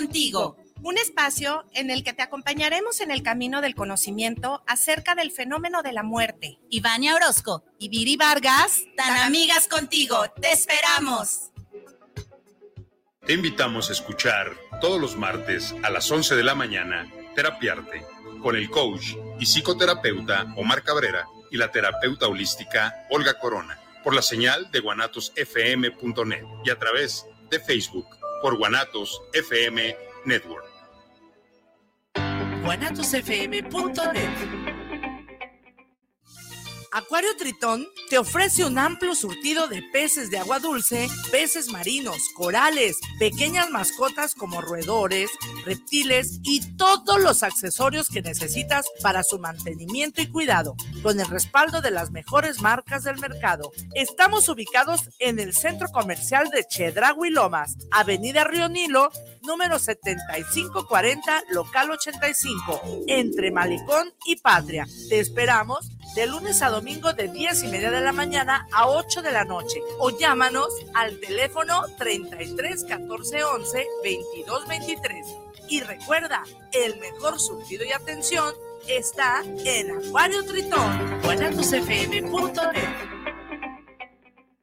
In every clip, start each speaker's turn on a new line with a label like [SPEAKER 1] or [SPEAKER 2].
[SPEAKER 1] contigo.
[SPEAKER 2] Un espacio en el que te acompañaremos en el camino del conocimiento acerca del fenómeno de la muerte.
[SPEAKER 1] Ivania Orozco y Viri Vargas, tan amigas contigo. ¡Te esperamos!
[SPEAKER 3] Te invitamos a escuchar todos los martes a las 11 de la mañana Terapiarte con el coach y psicoterapeuta Omar Cabrera y la terapeuta holística Olga Corona por la señal de guanatosfm.net y a través de Facebook por Guanatos FM Network.
[SPEAKER 4] guanatosfm.net. Acuario Tritón te ofrece un amplio surtido de peces de agua dulce, peces marinos, corales, pequeñas mascotas como roedores, reptiles y todos los accesorios que necesitas para su mantenimiento y cuidado, con el respaldo de las mejores marcas del mercado. Estamos ubicados en el Centro Comercial de Chedragui Lomas, Avenida Río Nilo, número 7540, local 85, entre Malecón y Patria. Te esperamos de lunes a domingo de 10 y media de la mañana a 8 de la noche o llámanos al teléfono 33 14 11 22 23. Y recuerda, el mejor surtido y atención está en Acuario Tritón, guanatosfm.net.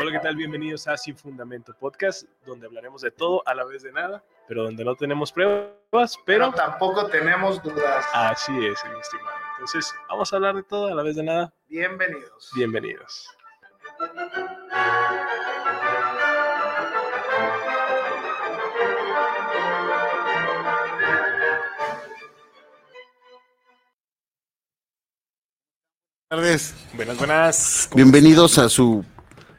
[SPEAKER 5] Hola, ¿qué tal? Bienvenidos a Sin Fundamento Podcast, donde hablaremos de todo a la vez de nada, pero donde no tenemos pruebas, pero
[SPEAKER 6] pero tampoco tenemos dudas.
[SPEAKER 7] Ah.
[SPEAKER 5] así es, mi estimado. Entonces, vamos a hablar de todo a la vez de nada.
[SPEAKER 6] Bienvenidos.
[SPEAKER 5] Bienvenidos.
[SPEAKER 8] Buenas tardes.
[SPEAKER 5] Buenas, buenas.
[SPEAKER 8] Bienvenidos a su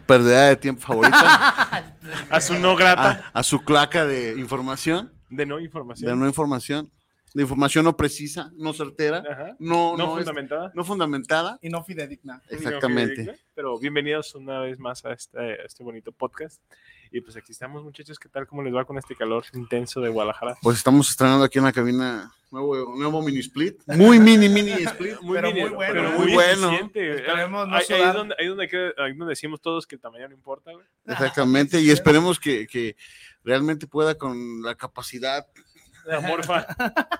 [SPEAKER 8] perdedera de tiempo favorita,
[SPEAKER 5] A su no grata
[SPEAKER 8] a, a su claca de información,
[SPEAKER 5] de no
[SPEAKER 8] Ah. de
[SPEAKER 5] información.
[SPEAKER 8] no información, de información no precisa, no certera,
[SPEAKER 5] Ajá.
[SPEAKER 8] no,
[SPEAKER 5] No,
[SPEAKER 8] no, es-
[SPEAKER 5] fundamentada.
[SPEAKER 8] no fundamentada.
[SPEAKER 6] Y no fidedigna.
[SPEAKER 8] Exactamente.
[SPEAKER 5] Pero bienvenidos una vez más a este, a este bonito podcast. Y pues aquí estamos, muchachos. ¿Qué tal? ¿Cómo les va con este calor intenso de Guadalajara?
[SPEAKER 8] Pues estamos estrenando aquí en la cabina nuevo, nuevo mini split, muy mini mini split.
[SPEAKER 5] Muy
[SPEAKER 6] Pero
[SPEAKER 5] mini-
[SPEAKER 6] muy bueno,
[SPEAKER 5] Pero
[SPEAKER 6] ¿eh?
[SPEAKER 5] muy
[SPEAKER 8] Muy bueno.
[SPEAKER 5] eficiente.
[SPEAKER 6] Esperemos no
[SPEAKER 5] ahí, ahí es
[SPEAKER 6] sudar.
[SPEAKER 5] donde, ahí, es donde queda- ahí es donde decimos todos que el tamaño no importa, güey.
[SPEAKER 8] Exactamente, y esperemos que, que realmente pueda con la capacidad
[SPEAKER 5] La morfa.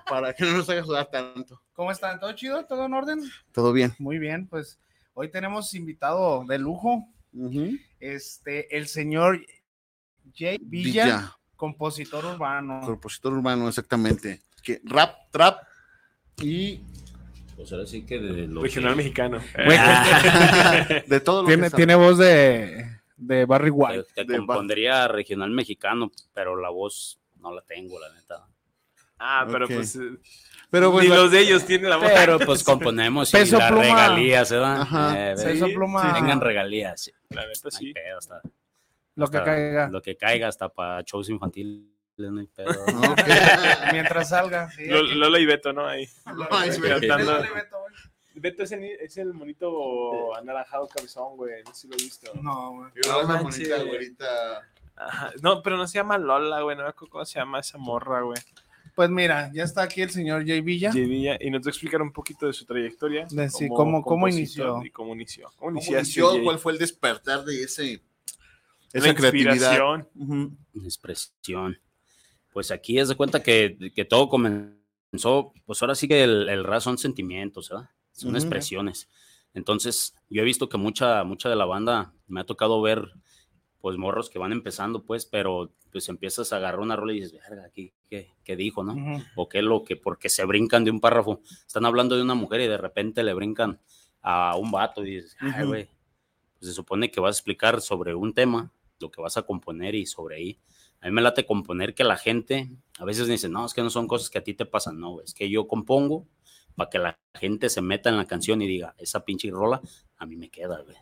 [SPEAKER 8] para que no nos haga sudar tanto.
[SPEAKER 6] ¿Cómo están? ¿Todo chido? ¿Todo en orden?
[SPEAKER 8] Todo bien.
[SPEAKER 6] Muy bien, pues hoy tenemos invitado de lujo, este, el señor Jay Villa,
[SPEAKER 8] Villa,
[SPEAKER 6] compositor urbano.
[SPEAKER 8] compositor urbano, exactamente. Que rap, trap y
[SPEAKER 7] Pues ahora sí que de lo
[SPEAKER 5] Regional mexicano.
[SPEAKER 6] Güey,
[SPEAKER 8] Ah, de todo lo que
[SPEAKER 6] Tiene,
[SPEAKER 8] sabe.
[SPEAKER 6] tiene voz de, de Barry White.
[SPEAKER 7] te,
[SPEAKER 8] de-
[SPEAKER 7] compondría regional mexicano, pero la voz no la tengo, la neta.
[SPEAKER 5] Ah, pero
[SPEAKER 8] Ok.
[SPEAKER 5] pues. eh,
[SPEAKER 8] Pero
[SPEAKER 5] ni
[SPEAKER 8] bueno,
[SPEAKER 5] los de ellos tienen la voz.
[SPEAKER 7] Pero pues componemos y
[SPEAKER 6] Peso
[SPEAKER 7] las
[SPEAKER 6] Pluma.
[SPEAKER 7] regalías, ¿verdad?
[SPEAKER 8] Ajá.
[SPEAKER 7] Eh,
[SPEAKER 6] Peso Pluma.
[SPEAKER 7] sí, Tengan regalías. sí.
[SPEAKER 5] La neta
[SPEAKER 7] No hay
[SPEAKER 5] Pues sí.
[SPEAKER 7] pedo, hasta-
[SPEAKER 6] Lo que
[SPEAKER 7] hasta-
[SPEAKER 6] caiga.
[SPEAKER 7] Lo que caiga hasta para shows infantiles, no hay pedo.
[SPEAKER 8] ok.
[SPEAKER 6] Mientras salga. sí,
[SPEAKER 5] Lo-
[SPEAKER 6] aquí.
[SPEAKER 5] Lola y Beto, ¿no? Ahí.
[SPEAKER 8] Ay, sí,
[SPEAKER 5] Pero tanto-
[SPEAKER 6] Dale, Beto, güey.
[SPEAKER 5] Beto es el, es el monito anaranjado cabezón, güey. No sé si lo he visto.
[SPEAKER 6] No, güey.
[SPEAKER 8] Ahora una
[SPEAKER 5] manches.
[SPEAKER 8] bonita güerita.
[SPEAKER 5] Ajá. No, pero no se llama Lola, güey. No me acuerdo cómo se llama esa morra, güey.
[SPEAKER 6] Pues mira, ya está aquí el señor Jay Villa.
[SPEAKER 5] Yedilla, Y nos va a explicar un poquito de su trayectoria.
[SPEAKER 6] De sí,
[SPEAKER 5] como
[SPEAKER 6] cómo- cómo
[SPEAKER 5] compositor
[SPEAKER 6] inició.
[SPEAKER 5] Y cómo inició. ¿Cómo
[SPEAKER 8] ¿Cómo
[SPEAKER 5] iniciaste,
[SPEAKER 8] inició?
[SPEAKER 5] Jay?
[SPEAKER 8] ¿Cuál fue el despertar de ese,
[SPEAKER 5] La
[SPEAKER 8] esa creatividad?
[SPEAKER 5] inspiración.
[SPEAKER 8] Ujú.
[SPEAKER 7] expresión. Pues aquí es de cuenta que, que todo comenzó, pues ahora sí que el, el rap son sentimientos, ¿verdad? Son
[SPEAKER 8] Ujú.
[SPEAKER 7] expresiones. Entonces, yo he visto que mucha, mucha de la banda me ha tocado ver, pues morros que van empezando, pues, pero pues empiezas a agarrar una rola y dices, verga, aquí, ¿qué, qué dijo, no?
[SPEAKER 6] Ujú.
[SPEAKER 7] o qué es lo que, porque se brincan de un párrafo. Están hablando de una mujer y de repente le brincan a un vato y dices, ay,
[SPEAKER 8] Ujú.
[SPEAKER 7] güey, pues se supone que vas a explicar sobre un tema, lo que vas a componer y sobre ahí. A mí me late componer que la gente a veces me dice, no, es que no son cosas que a ti te pasan, no, es que yo compongo para que la gente se meta en la canción y diga, esa pinche rola a mí me queda, güey.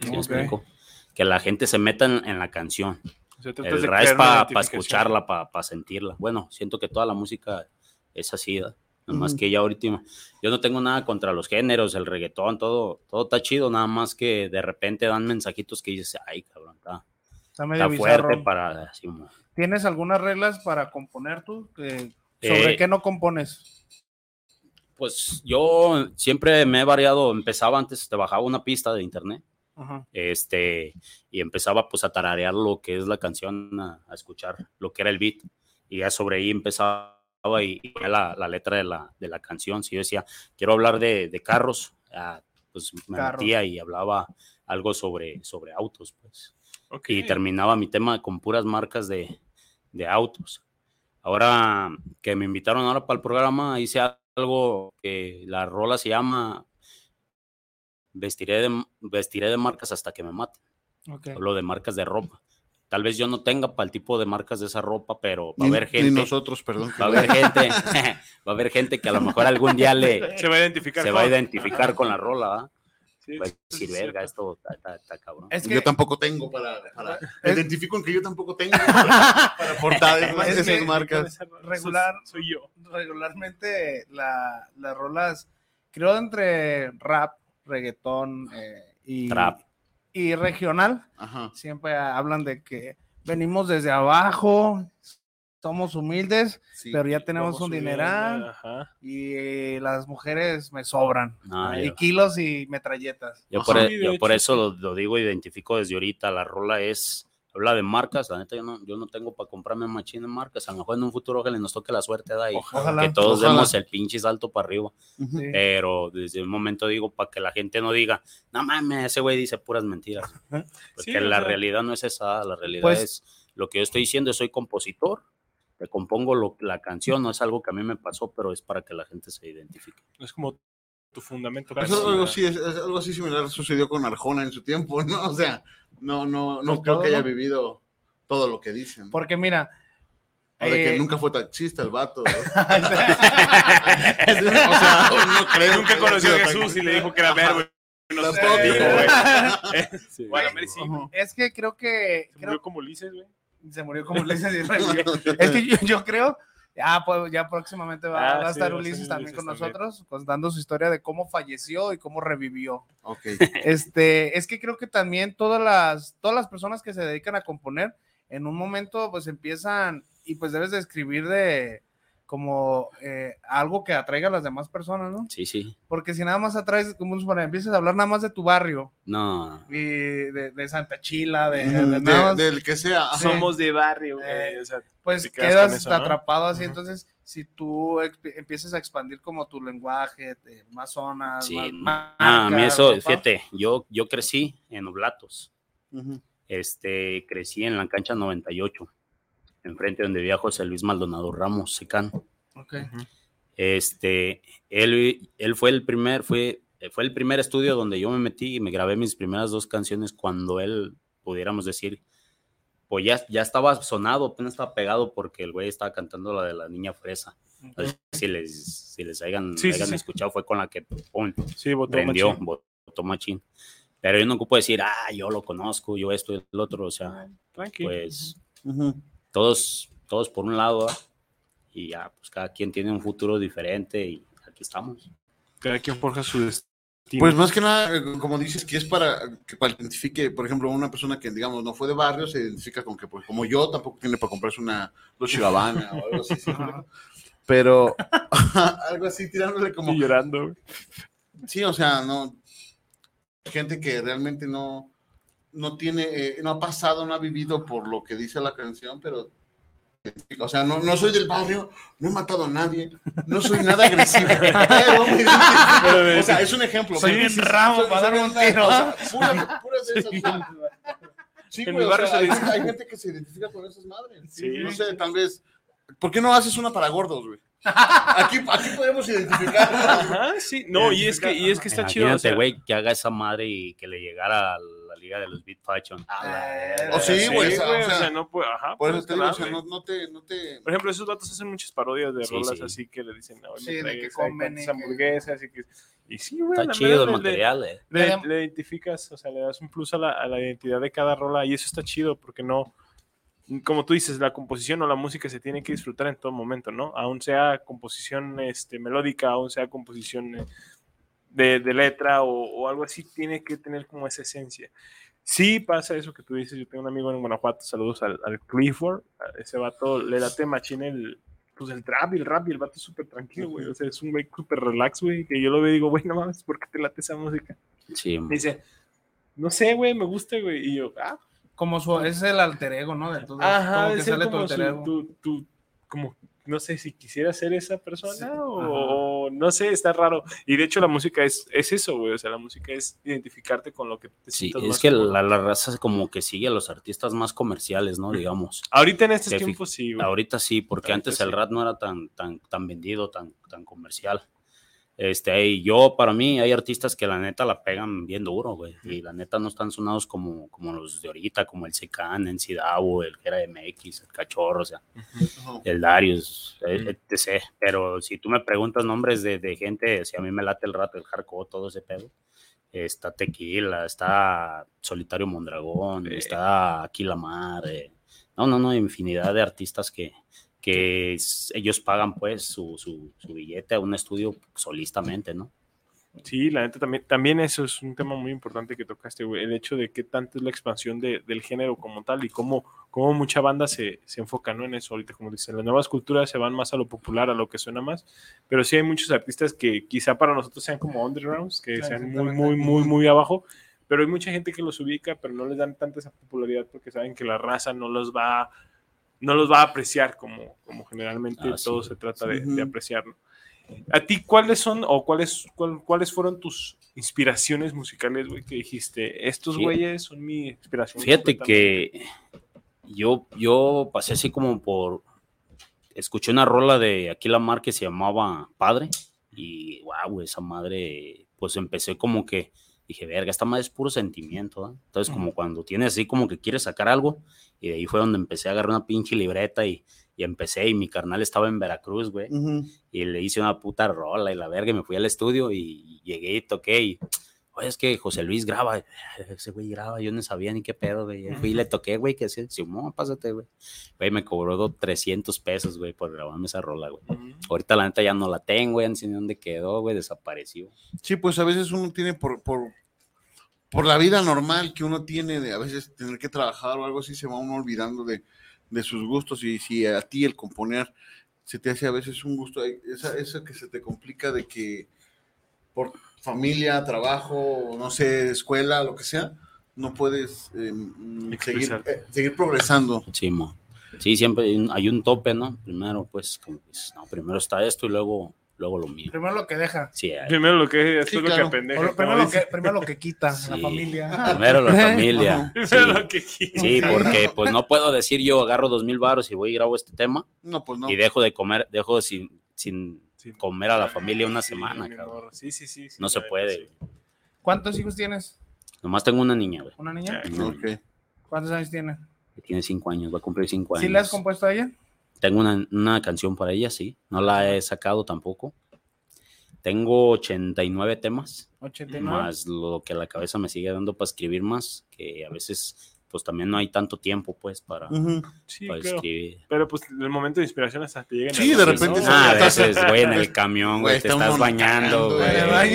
[SPEAKER 7] ¿Sí me
[SPEAKER 6] Ok.
[SPEAKER 7] explico? Que la gente se meta en- en la canción.
[SPEAKER 5] O sea, tratas
[SPEAKER 7] El
[SPEAKER 5] de
[SPEAKER 7] rap es
[SPEAKER 5] crear una
[SPEAKER 7] para
[SPEAKER 5] identificación.
[SPEAKER 7] escucharla, para sentirla. Bueno, siento que toda la música es así, ¿verdad? Nomás
[SPEAKER 8] Ujú.
[SPEAKER 7] que ya ahorita, yo no tengo nada contra los géneros, el reggaetón, todo, todo está chido, nada más que de repente dan mensajitos que dices, ay, cabrón, está,
[SPEAKER 6] Está medio
[SPEAKER 7] está fuerte
[SPEAKER 6] bizarro.
[SPEAKER 7] para... así, mo-
[SPEAKER 6] ¿Tienes algunas reglas para componer tú? Eh, ¿Sobre
[SPEAKER 7] Eh,
[SPEAKER 6] qué no compones?
[SPEAKER 7] Pues yo siempre me he variado, empezaba antes, te bajaba una pista de internet,
[SPEAKER 6] Ajá.
[SPEAKER 7] este, y empezaba pues a tararear lo que es la canción, a, a escuchar lo que era el beat, y ya sobre ahí empezaba y, y ya la, la letra de la, de la canción, si yo decía, quiero hablar de, de carros, ah, pues me
[SPEAKER 6] Carros.
[SPEAKER 7] metía y hablaba algo sobre, sobre autos, pues
[SPEAKER 5] Ok.
[SPEAKER 7] y terminaba mi tema con puras marcas de, de autos. Ahora que me invitaron ahora para el programa, hice algo que la rola se llama Vestiré de, vestiré de marcas hasta que me maten.
[SPEAKER 6] Ok.
[SPEAKER 7] Hablo de marcas de ropa. Tal vez yo no tenga para el tipo de marcas de esa ropa, pero va a
[SPEAKER 8] Ni-
[SPEAKER 7] haber gente.
[SPEAKER 8] Ni nosotros, perdón.
[SPEAKER 7] Va a haber gente, va a haber gente que a lo mejor algún día le
[SPEAKER 5] Se va a identificar.
[SPEAKER 7] se va a
[SPEAKER 5] con-
[SPEAKER 7] identificar con la rola, ¿va?
[SPEAKER 5] Sí,
[SPEAKER 7] Va a
[SPEAKER 5] sí,
[SPEAKER 7] decir,
[SPEAKER 5] sí,
[SPEAKER 7] verga,
[SPEAKER 5] sí.
[SPEAKER 7] esto está- está- está cabrón.
[SPEAKER 6] Es
[SPEAKER 8] Yo
[SPEAKER 6] que,
[SPEAKER 8] tampoco tengo para. para- me
[SPEAKER 6] Es-
[SPEAKER 8] identifico en que yo tampoco tengo para, para portar esas,
[SPEAKER 6] Es que-
[SPEAKER 8] esas marcas.
[SPEAKER 6] regular.
[SPEAKER 5] Soy soy yo.
[SPEAKER 6] regularmente la- las rolas, creo entre rap, reggaetón eh, y,
[SPEAKER 7] Trap.
[SPEAKER 6] y regional,
[SPEAKER 8] Ajá.
[SPEAKER 6] siempre hablan de que venimos desde abajo, somos humildes
[SPEAKER 8] sí.
[SPEAKER 6] pero ya tenemos
[SPEAKER 8] Vamos
[SPEAKER 6] un
[SPEAKER 8] subiendo.
[SPEAKER 6] dineral
[SPEAKER 5] Ajá.
[SPEAKER 6] y las mujeres me sobran.
[SPEAKER 7] No,
[SPEAKER 6] y
[SPEAKER 7] yo-
[SPEAKER 6] kilos y metralletas.
[SPEAKER 7] Yo
[SPEAKER 8] Ajá.
[SPEAKER 7] por, e,
[SPEAKER 5] Sí, de
[SPEAKER 7] yo por
[SPEAKER 5] hecho,
[SPEAKER 7] eso lo, lo digo, identifico desde ahorita, la rola es, habla de marcas, la neta yo no, yo no tengo para comprarme machín de marcas, a lo mejor en un futuro que nos toque la suerte de ahí,
[SPEAKER 6] Ojalá.
[SPEAKER 7] que todos
[SPEAKER 8] ojalá.
[SPEAKER 7] demos el pinche salto para arriba,
[SPEAKER 8] Ujú.
[SPEAKER 6] Sí.
[SPEAKER 7] pero desde un momento digo, para que la gente no diga, no mames, ese güey dice puras mentiras, porque
[SPEAKER 5] Sí, o
[SPEAKER 7] la
[SPEAKER 5] sea.
[SPEAKER 7] realidad no es esa, la realidad
[SPEAKER 6] Pues-
[SPEAKER 7] es, lo que yo estoy diciendo, soy compositor, te compongo lo- la canción, no es algo que a mí me pasó, pero es para que la gente se identifique.
[SPEAKER 5] Es como tu fundamento.
[SPEAKER 8] Eso es algo, así, es- es algo así similar sucedió con Arjona en su tiempo, ¿no? O sea, no, no, no
[SPEAKER 6] Con
[SPEAKER 8] creo
[SPEAKER 6] todo,
[SPEAKER 8] que haya
[SPEAKER 6] ¿no?
[SPEAKER 8] vivido todo lo que dicen.
[SPEAKER 6] Porque mira,
[SPEAKER 8] O de que
[SPEAKER 6] eh,
[SPEAKER 8] nunca fue taxista el vato. ¿no? o sea, Ah, no creo.
[SPEAKER 5] Nunca
[SPEAKER 8] que
[SPEAKER 5] conoció a
[SPEAKER 8] haya sido
[SPEAKER 5] Jesús y
[SPEAKER 8] tan-
[SPEAKER 5] le dijo que era verbo. No sé,
[SPEAKER 8] Tampoco,
[SPEAKER 5] digo,
[SPEAKER 8] güey.
[SPEAKER 5] güey. Bueno, a ver si-
[SPEAKER 8] Ajá.
[SPEAKER 6] es que creo que
[SPEAKER 5] Se
[SPEAKER 6] creo-
[SPEAKER 5] murió como Ulises, güey.
[SPEAKER 6] se murió como Ulises y revivió. es que yo, yo creo, ya, pues, ya próximamente va,
[SPEAKER 5] Ah,
[SPEAKER 6] va a
[SPEAKER 5] sí,
[SPEAKER 6] estar
[SPEAKER 5] va a ser
[SPEAKER 6] Ulises también
[SPEAKER 5] Ulises
[SPEAKER 6] con
[SPEAKER 5] también.
[SPEAKER 6] nosotros, contando su historia de cómo falleció y cómo revivió.
[SPEAKER 8] Ok.
[SPEAKER 6] Este, es que creo que también todas las, todas las personas que se dedican a componer, en un momento pues empiezan y pues debes de escribir de como eh, algo que atraiga a las demás personas, ¿no?
[SPEAKER 7] Sí, sí,
[SPEAKER 6] Porque si nada más atraes, como para empiezas a hablar nada más de tu barrio,
[SPEAKER 7] no.
[SPEAKER 6] y de, de Santa Chila, de, de-
[SPEAKER 8] Mm,
[SPEAKER 6] nada más,
[SPEAKER 8] de- del que sea.
[SPEAKER 6] Sí.
[SPEAKER 5] Somos de barrio,
[SPEAKER 6] Eh,
[SPEAKER 5] güey. O sea,
[SPEAKER 6] pues
[SPEAKER 5] te quedas con
[SPEAKER 6] quedas
[SPEAKER 5] eso, ¿no?
[SPEAKER 6] atrapado así.
[SPEAKER 5] Ujú.
[SPEAKER 6] Entonces, si tú exp- empiezas a expandir como tu lenguaje, eh, más zonas,
[SPEAKER 7] Sí,
[SPEAKER 6] más,
[SPEAKER 7] no.
[SPEAKER 6] más
[SPEAKER 7] Ah, a mí
[SPEAKER 6] marcas,
[SPEAKER 7] eso,
[SPEAKER 6] ropa.
[SPEAKER 7] fíjate, yo, yo crecí en Oblatos,
[SPEAKER 8] Ujú.
[SPEAKER 7] este, crecí en la cancha 98, enfrente donde vivía José Luis Maldonado Ramos, Secán.
[SPEAKER 6] Ok.
[SPEAKER 7] Este, él, él fue el primer, fue, fue el primer estudio donde yo me metí y me grabé mis primeras dos canciones cuando él, pudiéramos decir, pues ya, ya estaba sonado, apenas estaba pegado porque el güey estaba cantando la de la niña fresa. No sé Si les, si les hayan,
[SPEAKER 5] Sí, sí,
[SPEAKER 7] hayan
[SPEAKER 5] sí.
[SPEAKER 7] escuchado, fue con la que pum,
[SPEAKER 5] Sí, votó
[SPEAKER 7] prendió,
[SPEAKER 5] machín.
[SPEAKER 7] votó machín. Pero yo no ocupo decir, ah, yo lo conozco, yo esto y el otro, o
[SPEAKER 5] Ah,
[SPEAKER 7] sea,
[SPEAKER 5] Tranqui.
[SPEAKER 7] pues todos, todos por un lado, ¿va? y ya, pues cada quien tiene un futuro diferente y aquí estamos.
[SPEAKER 5] Cada quien forja su destino.
[SPEAKER 8] Pues más que nada, eh, como dices, que es para que para identifique, por ejemplo, una persona que, digamos, no fue de barrio, se identifica con que, pues, como yo, tampoco tiene para comprarse una Dolce Gabbana o algo así. ¿sí? Pero algo así tirándole como
[SPEAKER 5] Estoy llorando, güey.
[SPEAKER 8] Sí, o sea, no. Gente que realmente no, no tiene, eh, no ha pasado, no ha vivido por lo que dice la canción, pero. O sea, no, no soy del barrio, no he matado a nadie, no soy nada agresivo. pero me identifico. o sea, es un ejemplo.
[SPEAKER 6] Soy
[SPEAKER 8] pero-
[SPEAKER 6] bien ramo
[SPEAKER 8] soy-
[SPEAKER 6] para
[SPEAKER 8] soy
[SPEAKER 6] dar un
[SPEAKER 8] bien
[SPEAKER 6] tiro.
[SPEAKER 8] ramo, o sea, puras- puras de esas madres. Sí,
[SPEAKER 5] En
[SPEAKER 8] güey,
[SPEAKER 5] mi
[SPEAKER 8] o
[SPEAKER 5] barrio
[SPEAKER 8] sea,
[SPEAKER 5] se
[SPEAKER 8] hay,
[SPEAKER 5] dice-
[SPEAKER 8] hay gente que se identifica con esas madres.
[SPEAKER 5] Sí.
[SPEAKER 8] No sé, tal vez. ¿Por qué no haces una para gordos, güey? Aquí, aquí podemos identificar.
[SPEAKER 5] Ajá, sí. No, y es que, y es que está chido. o
[SPEAKER 7] Imagínate,
[SPEAKER 5] sea,
[SPEAKER 7] güey, que haga esa madre y que le llegara a la liga de los Beat Fashion. Ah,
[SPEAKER 6] Eh,
[SPEAKER 8] O Oh, sí,
[SPEAKER 5] sí,
[SPEAKER 8] güey, o sea,
[SPEAKER 5] güey,
[SPEAKER 8] o sea,
[SPEAKER 5] no puedo. Ajá.
[SPEAKER 8] Por
[SPEAKER 5] pues,
[SPEAKER 8] eso te digo, o sea,
[SPEAKER 5] claro,
[SPEAKER 8] no,
[SPEAKER 5] güey.
[SPEAKER 8] no te, no te.
[SPEAKER 5] Por ejemplo, esos datos hacen muchas parodias de
[SPEAKER 7] Sí,
[SPEAKER 5] rolas
[SPEAKER 7] sí.
[SPEAKER 5] así que le dicen, no,
[SPEAKER 6] Sí, de que comen
[SPEAKER 5] comen
[SPEAKER 6] y que-
[SPEAKER 5] hamburguesas y que... Y sí, güey.
[SPEAKER 7] está
[SPEAKER 5] la
[SPEAKER 7] chido el
[SPEAKER 5] verdad, le-
[SPEAKER 7] material, eh.
[SPEAKER 5] le,
[SPEAKER 6] Adem-
[SPEAKER 5] le identificas, o sea, le das un plus a la, a la identidad de cada rola y eso está chido porque no, como tú dices, la composición o la música se tiene que disfrutar en todo momento, ¿no? Aún sea composición este, melódica, aún sea composición eh, de, de letra o, o algo así, tiene que tener como esa esencia. Sí pasa eso que tú dices, yo tengo un amigo en Guanajuato, saludos al, al Clifford, a ese vato le late machín el, pues el trap y el rap y el vato es súper tranquilo, güey, o sea, es un güey súper relax, güey, que yo lo veo y digo, güey, no mames, ¿por qué te late esa música?
[SPEAKER 7] Sí,
[SPEAKER 5] Me dice, no sé, güey, me gusta, güey, y yo, ah,
[SPEAKER 6] Como su, es el alter ego, ¿no? De todo,
[SPEAKER 5] Ajá,
[SPEAKER 6] como que
[SPEAKER 5] es ser
[SPEAKER 6] sale tu
[SPEAKER 5] como
[SPEAKER 6] alter
[SPEAKER 5] su-
[SPEAKER 6] ego.
[SPEAKER 5] tu- tu- como, no sé si quisiera ser esa persona
[SPEAKER 6] Sí,
[SPEAKER 5] o, no sé, está raro. Y de hecho la música es, es eso, güey, o sea, la música es identificarte con lo que te
[SPEAKER 7] sí,
[SPEAKER 5] sientas
[SPEAKER 7] es
[SPEAKER 5] más
[SPEAKER 7] que
[SPEAKER 5] cómodo.
[SPEAKER 7] la, la raza es como que sigue a los artistas más comerciales, ¿no? Digamos.
[SPEAKER 5] Ahorita en estos
[SPEAKER 7] Te fi-
[SPEAKER 5] tiempos sí, güey.
[SPEAKER 7] Ahorita sí, porque
[SPEAKER 5] Ahorita
[SPEAKER 7] antes el
[SPEAKER 5] sí.
[SPEAKER 7] rap no era tan, tan, tan vendido, tan, tan comercial. Este, y yo, para mí, hay artistas que la neta la pegan bien duro, güey. Y la neta no están sonados como, como los de ahorita, como el Secán, el Cidavo, el Gera MX, el Cachorro, o sea,
[SPEAKER 8] Ujú.
[SPEAKER 7] el Darius, el- etc. Pero si tú me preguntas nombres de, de gente, si a mí me late el rato, el hardcore, todo ese pedo, está Tequila, está Solitario Mondragón,
[SPEAKER 5] Sí.
[SPEAKER 7] está Aquilamar, no, no, no, infinidad de artistas que, que es- ellos pagan pues su, su, su billete a un estudio solistamente, ¿no?
[SPEAKER 5] Sí, la neta también, también eso es un tema muy importante que tocaste, güey. El hecho de qué tanto es la expansión de- del género como tal y cómo, cómo mucha banda se, se enfoca ¿no? en eso ahorita, como dicen, las nuevas culturas se van más a lo popular, a lo que suena más, pero sí hay muchos artistas que quizá para nosotros sean como undergrounds, que
[SPEAKER 6] Claro,
[SPEAKER 5] sean muy,
[SPEAKER 6] exactamente.
[SPEAKER 5] muy, muy, muy abajo, pero hay mucha gente que los ubica, pero no les dan tanta esa popularidad porque saben que la raza no los va, no los va a apreciar como, como generalmente
[SPEAKER 7] Ah, sí.
[SPEAKER 5] todo se trata de,
[SPEAKER 8] Ujú.
[SPEAKER 5] de apreciar, ¿no? ¿A ti cuáles son o cuáles, cuál- cuáles fueron tus inspiraciones musicales, güey, que dijiste, estos
[SPEAKER 7] Fí-
[SPEAKER 5] güeyes son mi inspiración?
[SPEAKER 7] Fíjate
[SPEAKER 5] completamente"?
[SPEAKER 7] que yo, yo pasé así como por. Escuché una rola de Aquila Mar que se llamaba Padre. Y wow, esa madre. Pues empecé como que. Dije, verga, esta madre es puro sentimiento. ¿ah?". Entonces, como cuando tienes así como que quieres sacar algo. Y de ahí fue donde empecé a agarrar una pinche libreta y, y empecé. Y mi carnal estaba en Veracruz, güey
[SPEAKER 8] Ujú.
[SPEAKER 7] y le hice una puta rola y la verga, y me fui al estudio y llegué y toqué y, oye, es que José Luis graba, ese güey graba, yo no sabía ni qué pedo, güey, Ya fui y le toqué, güey, que se Simón, pásate, güey, güey, me cobró do- 300 pesos, güey, por grabarme esa rola, güey,
[SPEAKER 5] Ujú.
[SPEAKER 7] ahorita la neta ya no la tengo, güey, no sé ni dónde quedó, güey, desapareció,
[SPEAKER 8] Sí, pues a veces uno tiene por, por, por la vida normal que uno tiene, de a veces tener que trabajar o algo así, se va uno olvidando de, de sus gustos y si a ti el componer se te hace a veces un gusto, ay, esa, eso que se te complica de que por familia, trabajo, no sé, escuela, lo que sea, no puedes eh, mm, seguir,
[SPEAKER 5] Expresarte.
[SPEAKER 8] eh, seguir progresando.
[SPEAKER 7] Simón, sí, siempre hay un- hay un tope, ¿no? Primero, pues, como que dices, no, primero está esto y luego, luego lo mío,
[SPEAKER 6] Primero lo que deja.
[SPEAKER 7] sí, eh,
[SPEAKER 5] Primero lo que es,
[SPEAKER 8] Sí,
[SPEAKER 5] es
[SPEAKER 8] claro.
[SPEAKER 5] lo que
[SPEAKER 6] O
[SPEAKER 5] apendeja.
[SPEAKER 6] lo-
[SPEAKER 5] como
[SPEAKER 6] primero, lo
[SPEAKER 5] dice.
[SPEAKER 6] que, primero lo que quita, la
[SPEAKER 7] Sí.
[SPEAKER 6] familia.
[SPEAKER 7] primero la familia,
[SPEAKER 5] Primero
[SPEAKER 7] sí.
[SPEAKER 5] lo que quise.
[SPEAKER 7] Sí, porque pues no puedo decir yo agarro dos mil baros y voy y grabo este tema
[SPEAKER 8] No, pues no.
[SPEAKER 7] y dejo de comer, dejo sin, sin
[SPEAKER 5] Sí.
[SPEAKER 7] comer a la familia una
[SPEAKER 5] Sí,
[SPEAKER 7] semana,
[SPEAKER 5] mi
[SPEAKER 7] cabrón.
[SPEAKER 5] amor. Sí, sí, sí. sí,
[SPEAKER 7] No se
[SPEAKER 5] la neta,
[SPEAKER 7] puede.
[SPEAKER 5] sí.
[SPEAKER 6] ¿Cuántos hijos tienes?
[SPEAKER 7] Nomás tengo una niña, güey.
[SPEAKER 6] ¿Una niña?
[SPEAKER 5] Ay,
[SPEAKER 7] No,
[SPEAKER 8] Ok.
[SPEAKER 6] ¿Cuántos años tiene?
[SPEAKER 7] que tiene cinco años, va a cumplir cinco años.
[SPEAKER 6] ¿Sí le has compuesto a ella?
[SPEAKER 7] tengo una, una canción para ella, sí. No la he sacado tampoco. Tengo 89 temas,
[SPEAKER 6] 89.
[SPEAKER 7] más lo que la cabeza me sigue dando para escribir más, que a veces pues también no hay tanto tiempo pues para,
[SPEAKER 8] Ujú.
[SPEAKER 5] Mm. Sí,
[SPEAKER 7] para
[SPEAKER 5] claro.
[SPEAKER 7] escribir.
[SPEAKER 5] Pero pues el momento de inspiración hasta te llega. en
[SPEAKER 8] Sí,
[SPEAKER 5] el
[SPEAKER 8] de
[SPEAKER 5] momento,
[SPEAKER 8] repente
[SPEAKER 5] ¿no?
[SPEAKER 8] se-
[SPEAKER 7] Ah, a
[SPEAKER 8] ya estás-
[SPEAKER 7] veces, güey, en el camión,
[SPEAKER 8] Güey,
[SPEAKER 7] güey, te
[SPEAKER 8] está
[SPEAKER 7] estás
[SPEAKER 8] uno
[SPEAKER 7] bañando,
[SPEAKER 8] manejando,
[SPEAKER 7] güey.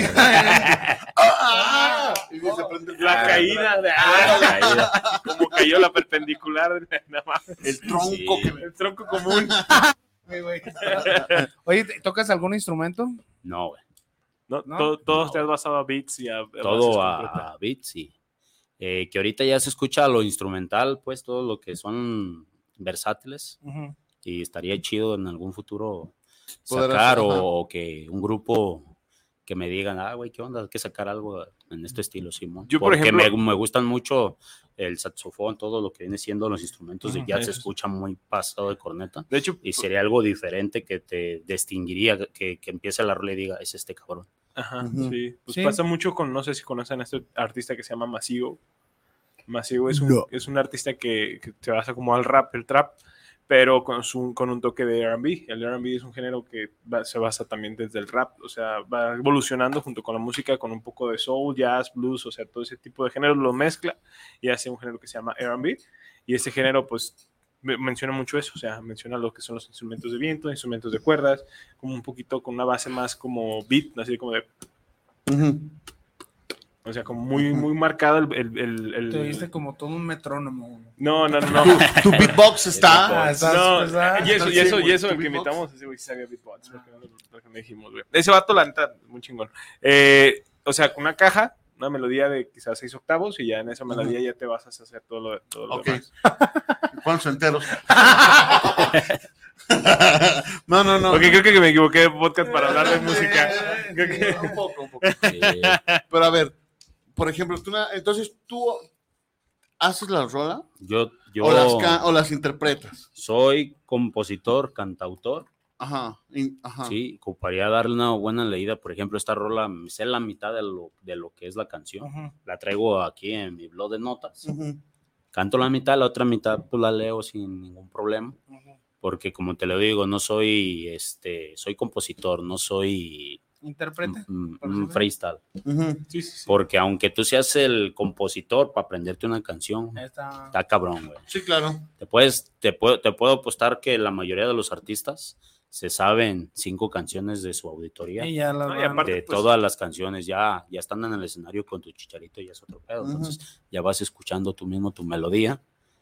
[SPEAKER 8] güey. ¡Ah! Y se prende-
[SPEAKER 5] La caída de. ah, la caída. Como cayó la perpendicular. Nada más.
[SPEAKER 8] El tronco
[SPEAKER 7] Sí.
[SPEAKER 8] que
[SPEAKER 5] El tronco común.
[SPEAKER 6] Ay, güey. Oye, ¿te- ¿tocas algún instrumento?
[SPEAKER 7] No, güey.
[SPEAKER 5] No,
[SPEAKER 6] ¿No?
[SPEAKER 5] to- todos
[SPEAKER 7] No.
[SPEAKER 5] te has basado a beats y a. a bases
[SPEAKER 7] todo
[SPEAKER 5] completas.
[SPEAKER 7] a, a beats y eh, que ahorita ya se escucha lo instrumental, pues todo lo que son versátiles
[SPEAKER 6] Ujú.
[SPEAKER 7] y estaría chido en algún futuro
[SPEAKER 8] Poder
[SPEAKER 7] sacar
[SPEAKER 8] hacer,
[SPEAKER 7] o,
[SPEAKER 8] ajá.
[SPEAKER 7] o que un grupo que me digan, ah, güey, ¿qué onda? Hay que sacar algo en este estilo, Simón.
[SPEAKER 5] Yo, por
[SPEAKER 7] Porque me-
[SPEAKER 5] ejemplo-
[SPEAKER 7] me, gustan mucho el saxofón, todo lo que viene siendo los instrumentos de
[SPEAKER 6] Ujú,
[SPEAKER 7] jazz se
[SPEAKER 5] eso sí.
[SPEAKER 7] escucha muy pasado de corneta.
[SPEAKER 5] De hecho,
[SPEAKER 7] Y sería algo diferente que te distinguiría, que, que empiece la rola y diga, es este cabrón.
[SPEAKER 5] Ajá,
[SPEAKER 8] Ujú.
[SPEAKER 5] sí. Pues
[SPEAKER 6] Sí.
[SPEAKER 5] pasa mucho con, no sé si conocen a este artista que se llama Masivo. Masivo es un, es un artista que, que se basa como al rap, el trap, pero con, su, con un toque de RB. El RB es un género que va- se basa también desde el rap, o sea, va evolucionando junto con la música, con un poco de soul, jazz, blues, o sea, todo ese tipo de géneros lo mezcla y hace un este género que se llama RB. Y ese género, pues, me- menciona mucho eso, o sea, menciona lo que son los instrumentos de viento, instrumentos de cuerdas, como un poquito con una base más como beat, así como de, o sea, como muy, muy marcado el... el- el- el-
[SPEAKER 6] Te oíste como todo un metrónomo.
[SPEAKER 5] No, no, no, no.
[SPEAKER 8] Tu beatbox está.
[SPEAKER 6] Ah, estás-
[SPEAKER 5] No,
[SPEAKER 6] pues, ah,
[SPEAKER 5] y eso, y
[SPEAKER 8] sí,
[SPEAKER 5] eso, y
[SPEAKER 8] güey,
[SPEAKER 5] eso,
[SPEAKER 8] tu
[SPEAKER 5] el que
[SPEAKER 8] beatbox.
[SPEAKER 5] invitamos, ese güey sí sabía beatbox, porque no lo- porque no dijimos, güey. Ese vato, la neta, muy chingón. Eh, o sea, con una caja, una melodía de quizás seis octavos, y ya en esa melodía ya te vas a hacer todo lo, todo lo
[SPEAKER 8] Ok.
[SPEAKER 5] demás.
[SPEAKER 8] ¿Cuántos enteros? no, no, no.
[SPEAKER 5] Ok, creo que me equivoqué de podcast para hablar de música. Creo que-
[SPEAKER 8] Un poco, un poco.
[SPEAKER 7] Eh,
[SPEAKER 8] Pero a ver, por ejemplo, tú na- entonces tú haces la rola
[SPEAKER 7] yo yo
[SPEAKER 8] o, las ca- o las interpretas.
[SPEAKER 7] soy compositor, cantautor,
[SPEAKER 8] Ajá, in- ajá.
[SPEAKER 7] sí, ocuparía darle una buena leída. Por ejemplo, esta rola me sé la mitad de lo, de lo que es la canción.
[SPEAKER 6] Ujú.
[SPEAKER 7] La traigo aquí en mi blog de notas.
[SPEAKER 8] Ujú.
[SPEAKER 7] Canto la mitad, la otra mitad pues la leo sin ningún problema. Porque como te lo digo, no soy, este, soy compositor, no soy
[SPEAKER 6] Intérprete.
[SPEAKER 7] un-
[SPEAKER 6] por
[SPEAKER 7] un
[SPEAKER 6] ejemplo.
[SPEAKER 7] freestyle.
[SPEAKER 8] Ujú.
[SPEAKER 5] Sí, sí, sí.
[SPEAKER 7] Porque aunque tú seas el compositor para aprenderte una canción,
[SPEAKER 6] Ahí está.
[SPEAKER 7] Mm. está cabrón, güey.
[SPEAKER 8] Sí, claro.
[SPEAKER 7] Te, puedes, te, puedo, te puedo apostar que la mayoría de los artistas se saben cinco canciones de su auditoría.
[SPEAKER 6] Y ya la
[SPEAKER 5] No, y
[SPEAKER 6] van-
[SPEAKER 5] aparte-
[SPEAKER 7] de
[SPEAKER 5] pues-
[SPEAKER 7] todas las canciones, ya, ya están en el escenario con tu chicharito y es otro pedo. Entonces ya vas escuchando tú mismo tu melodía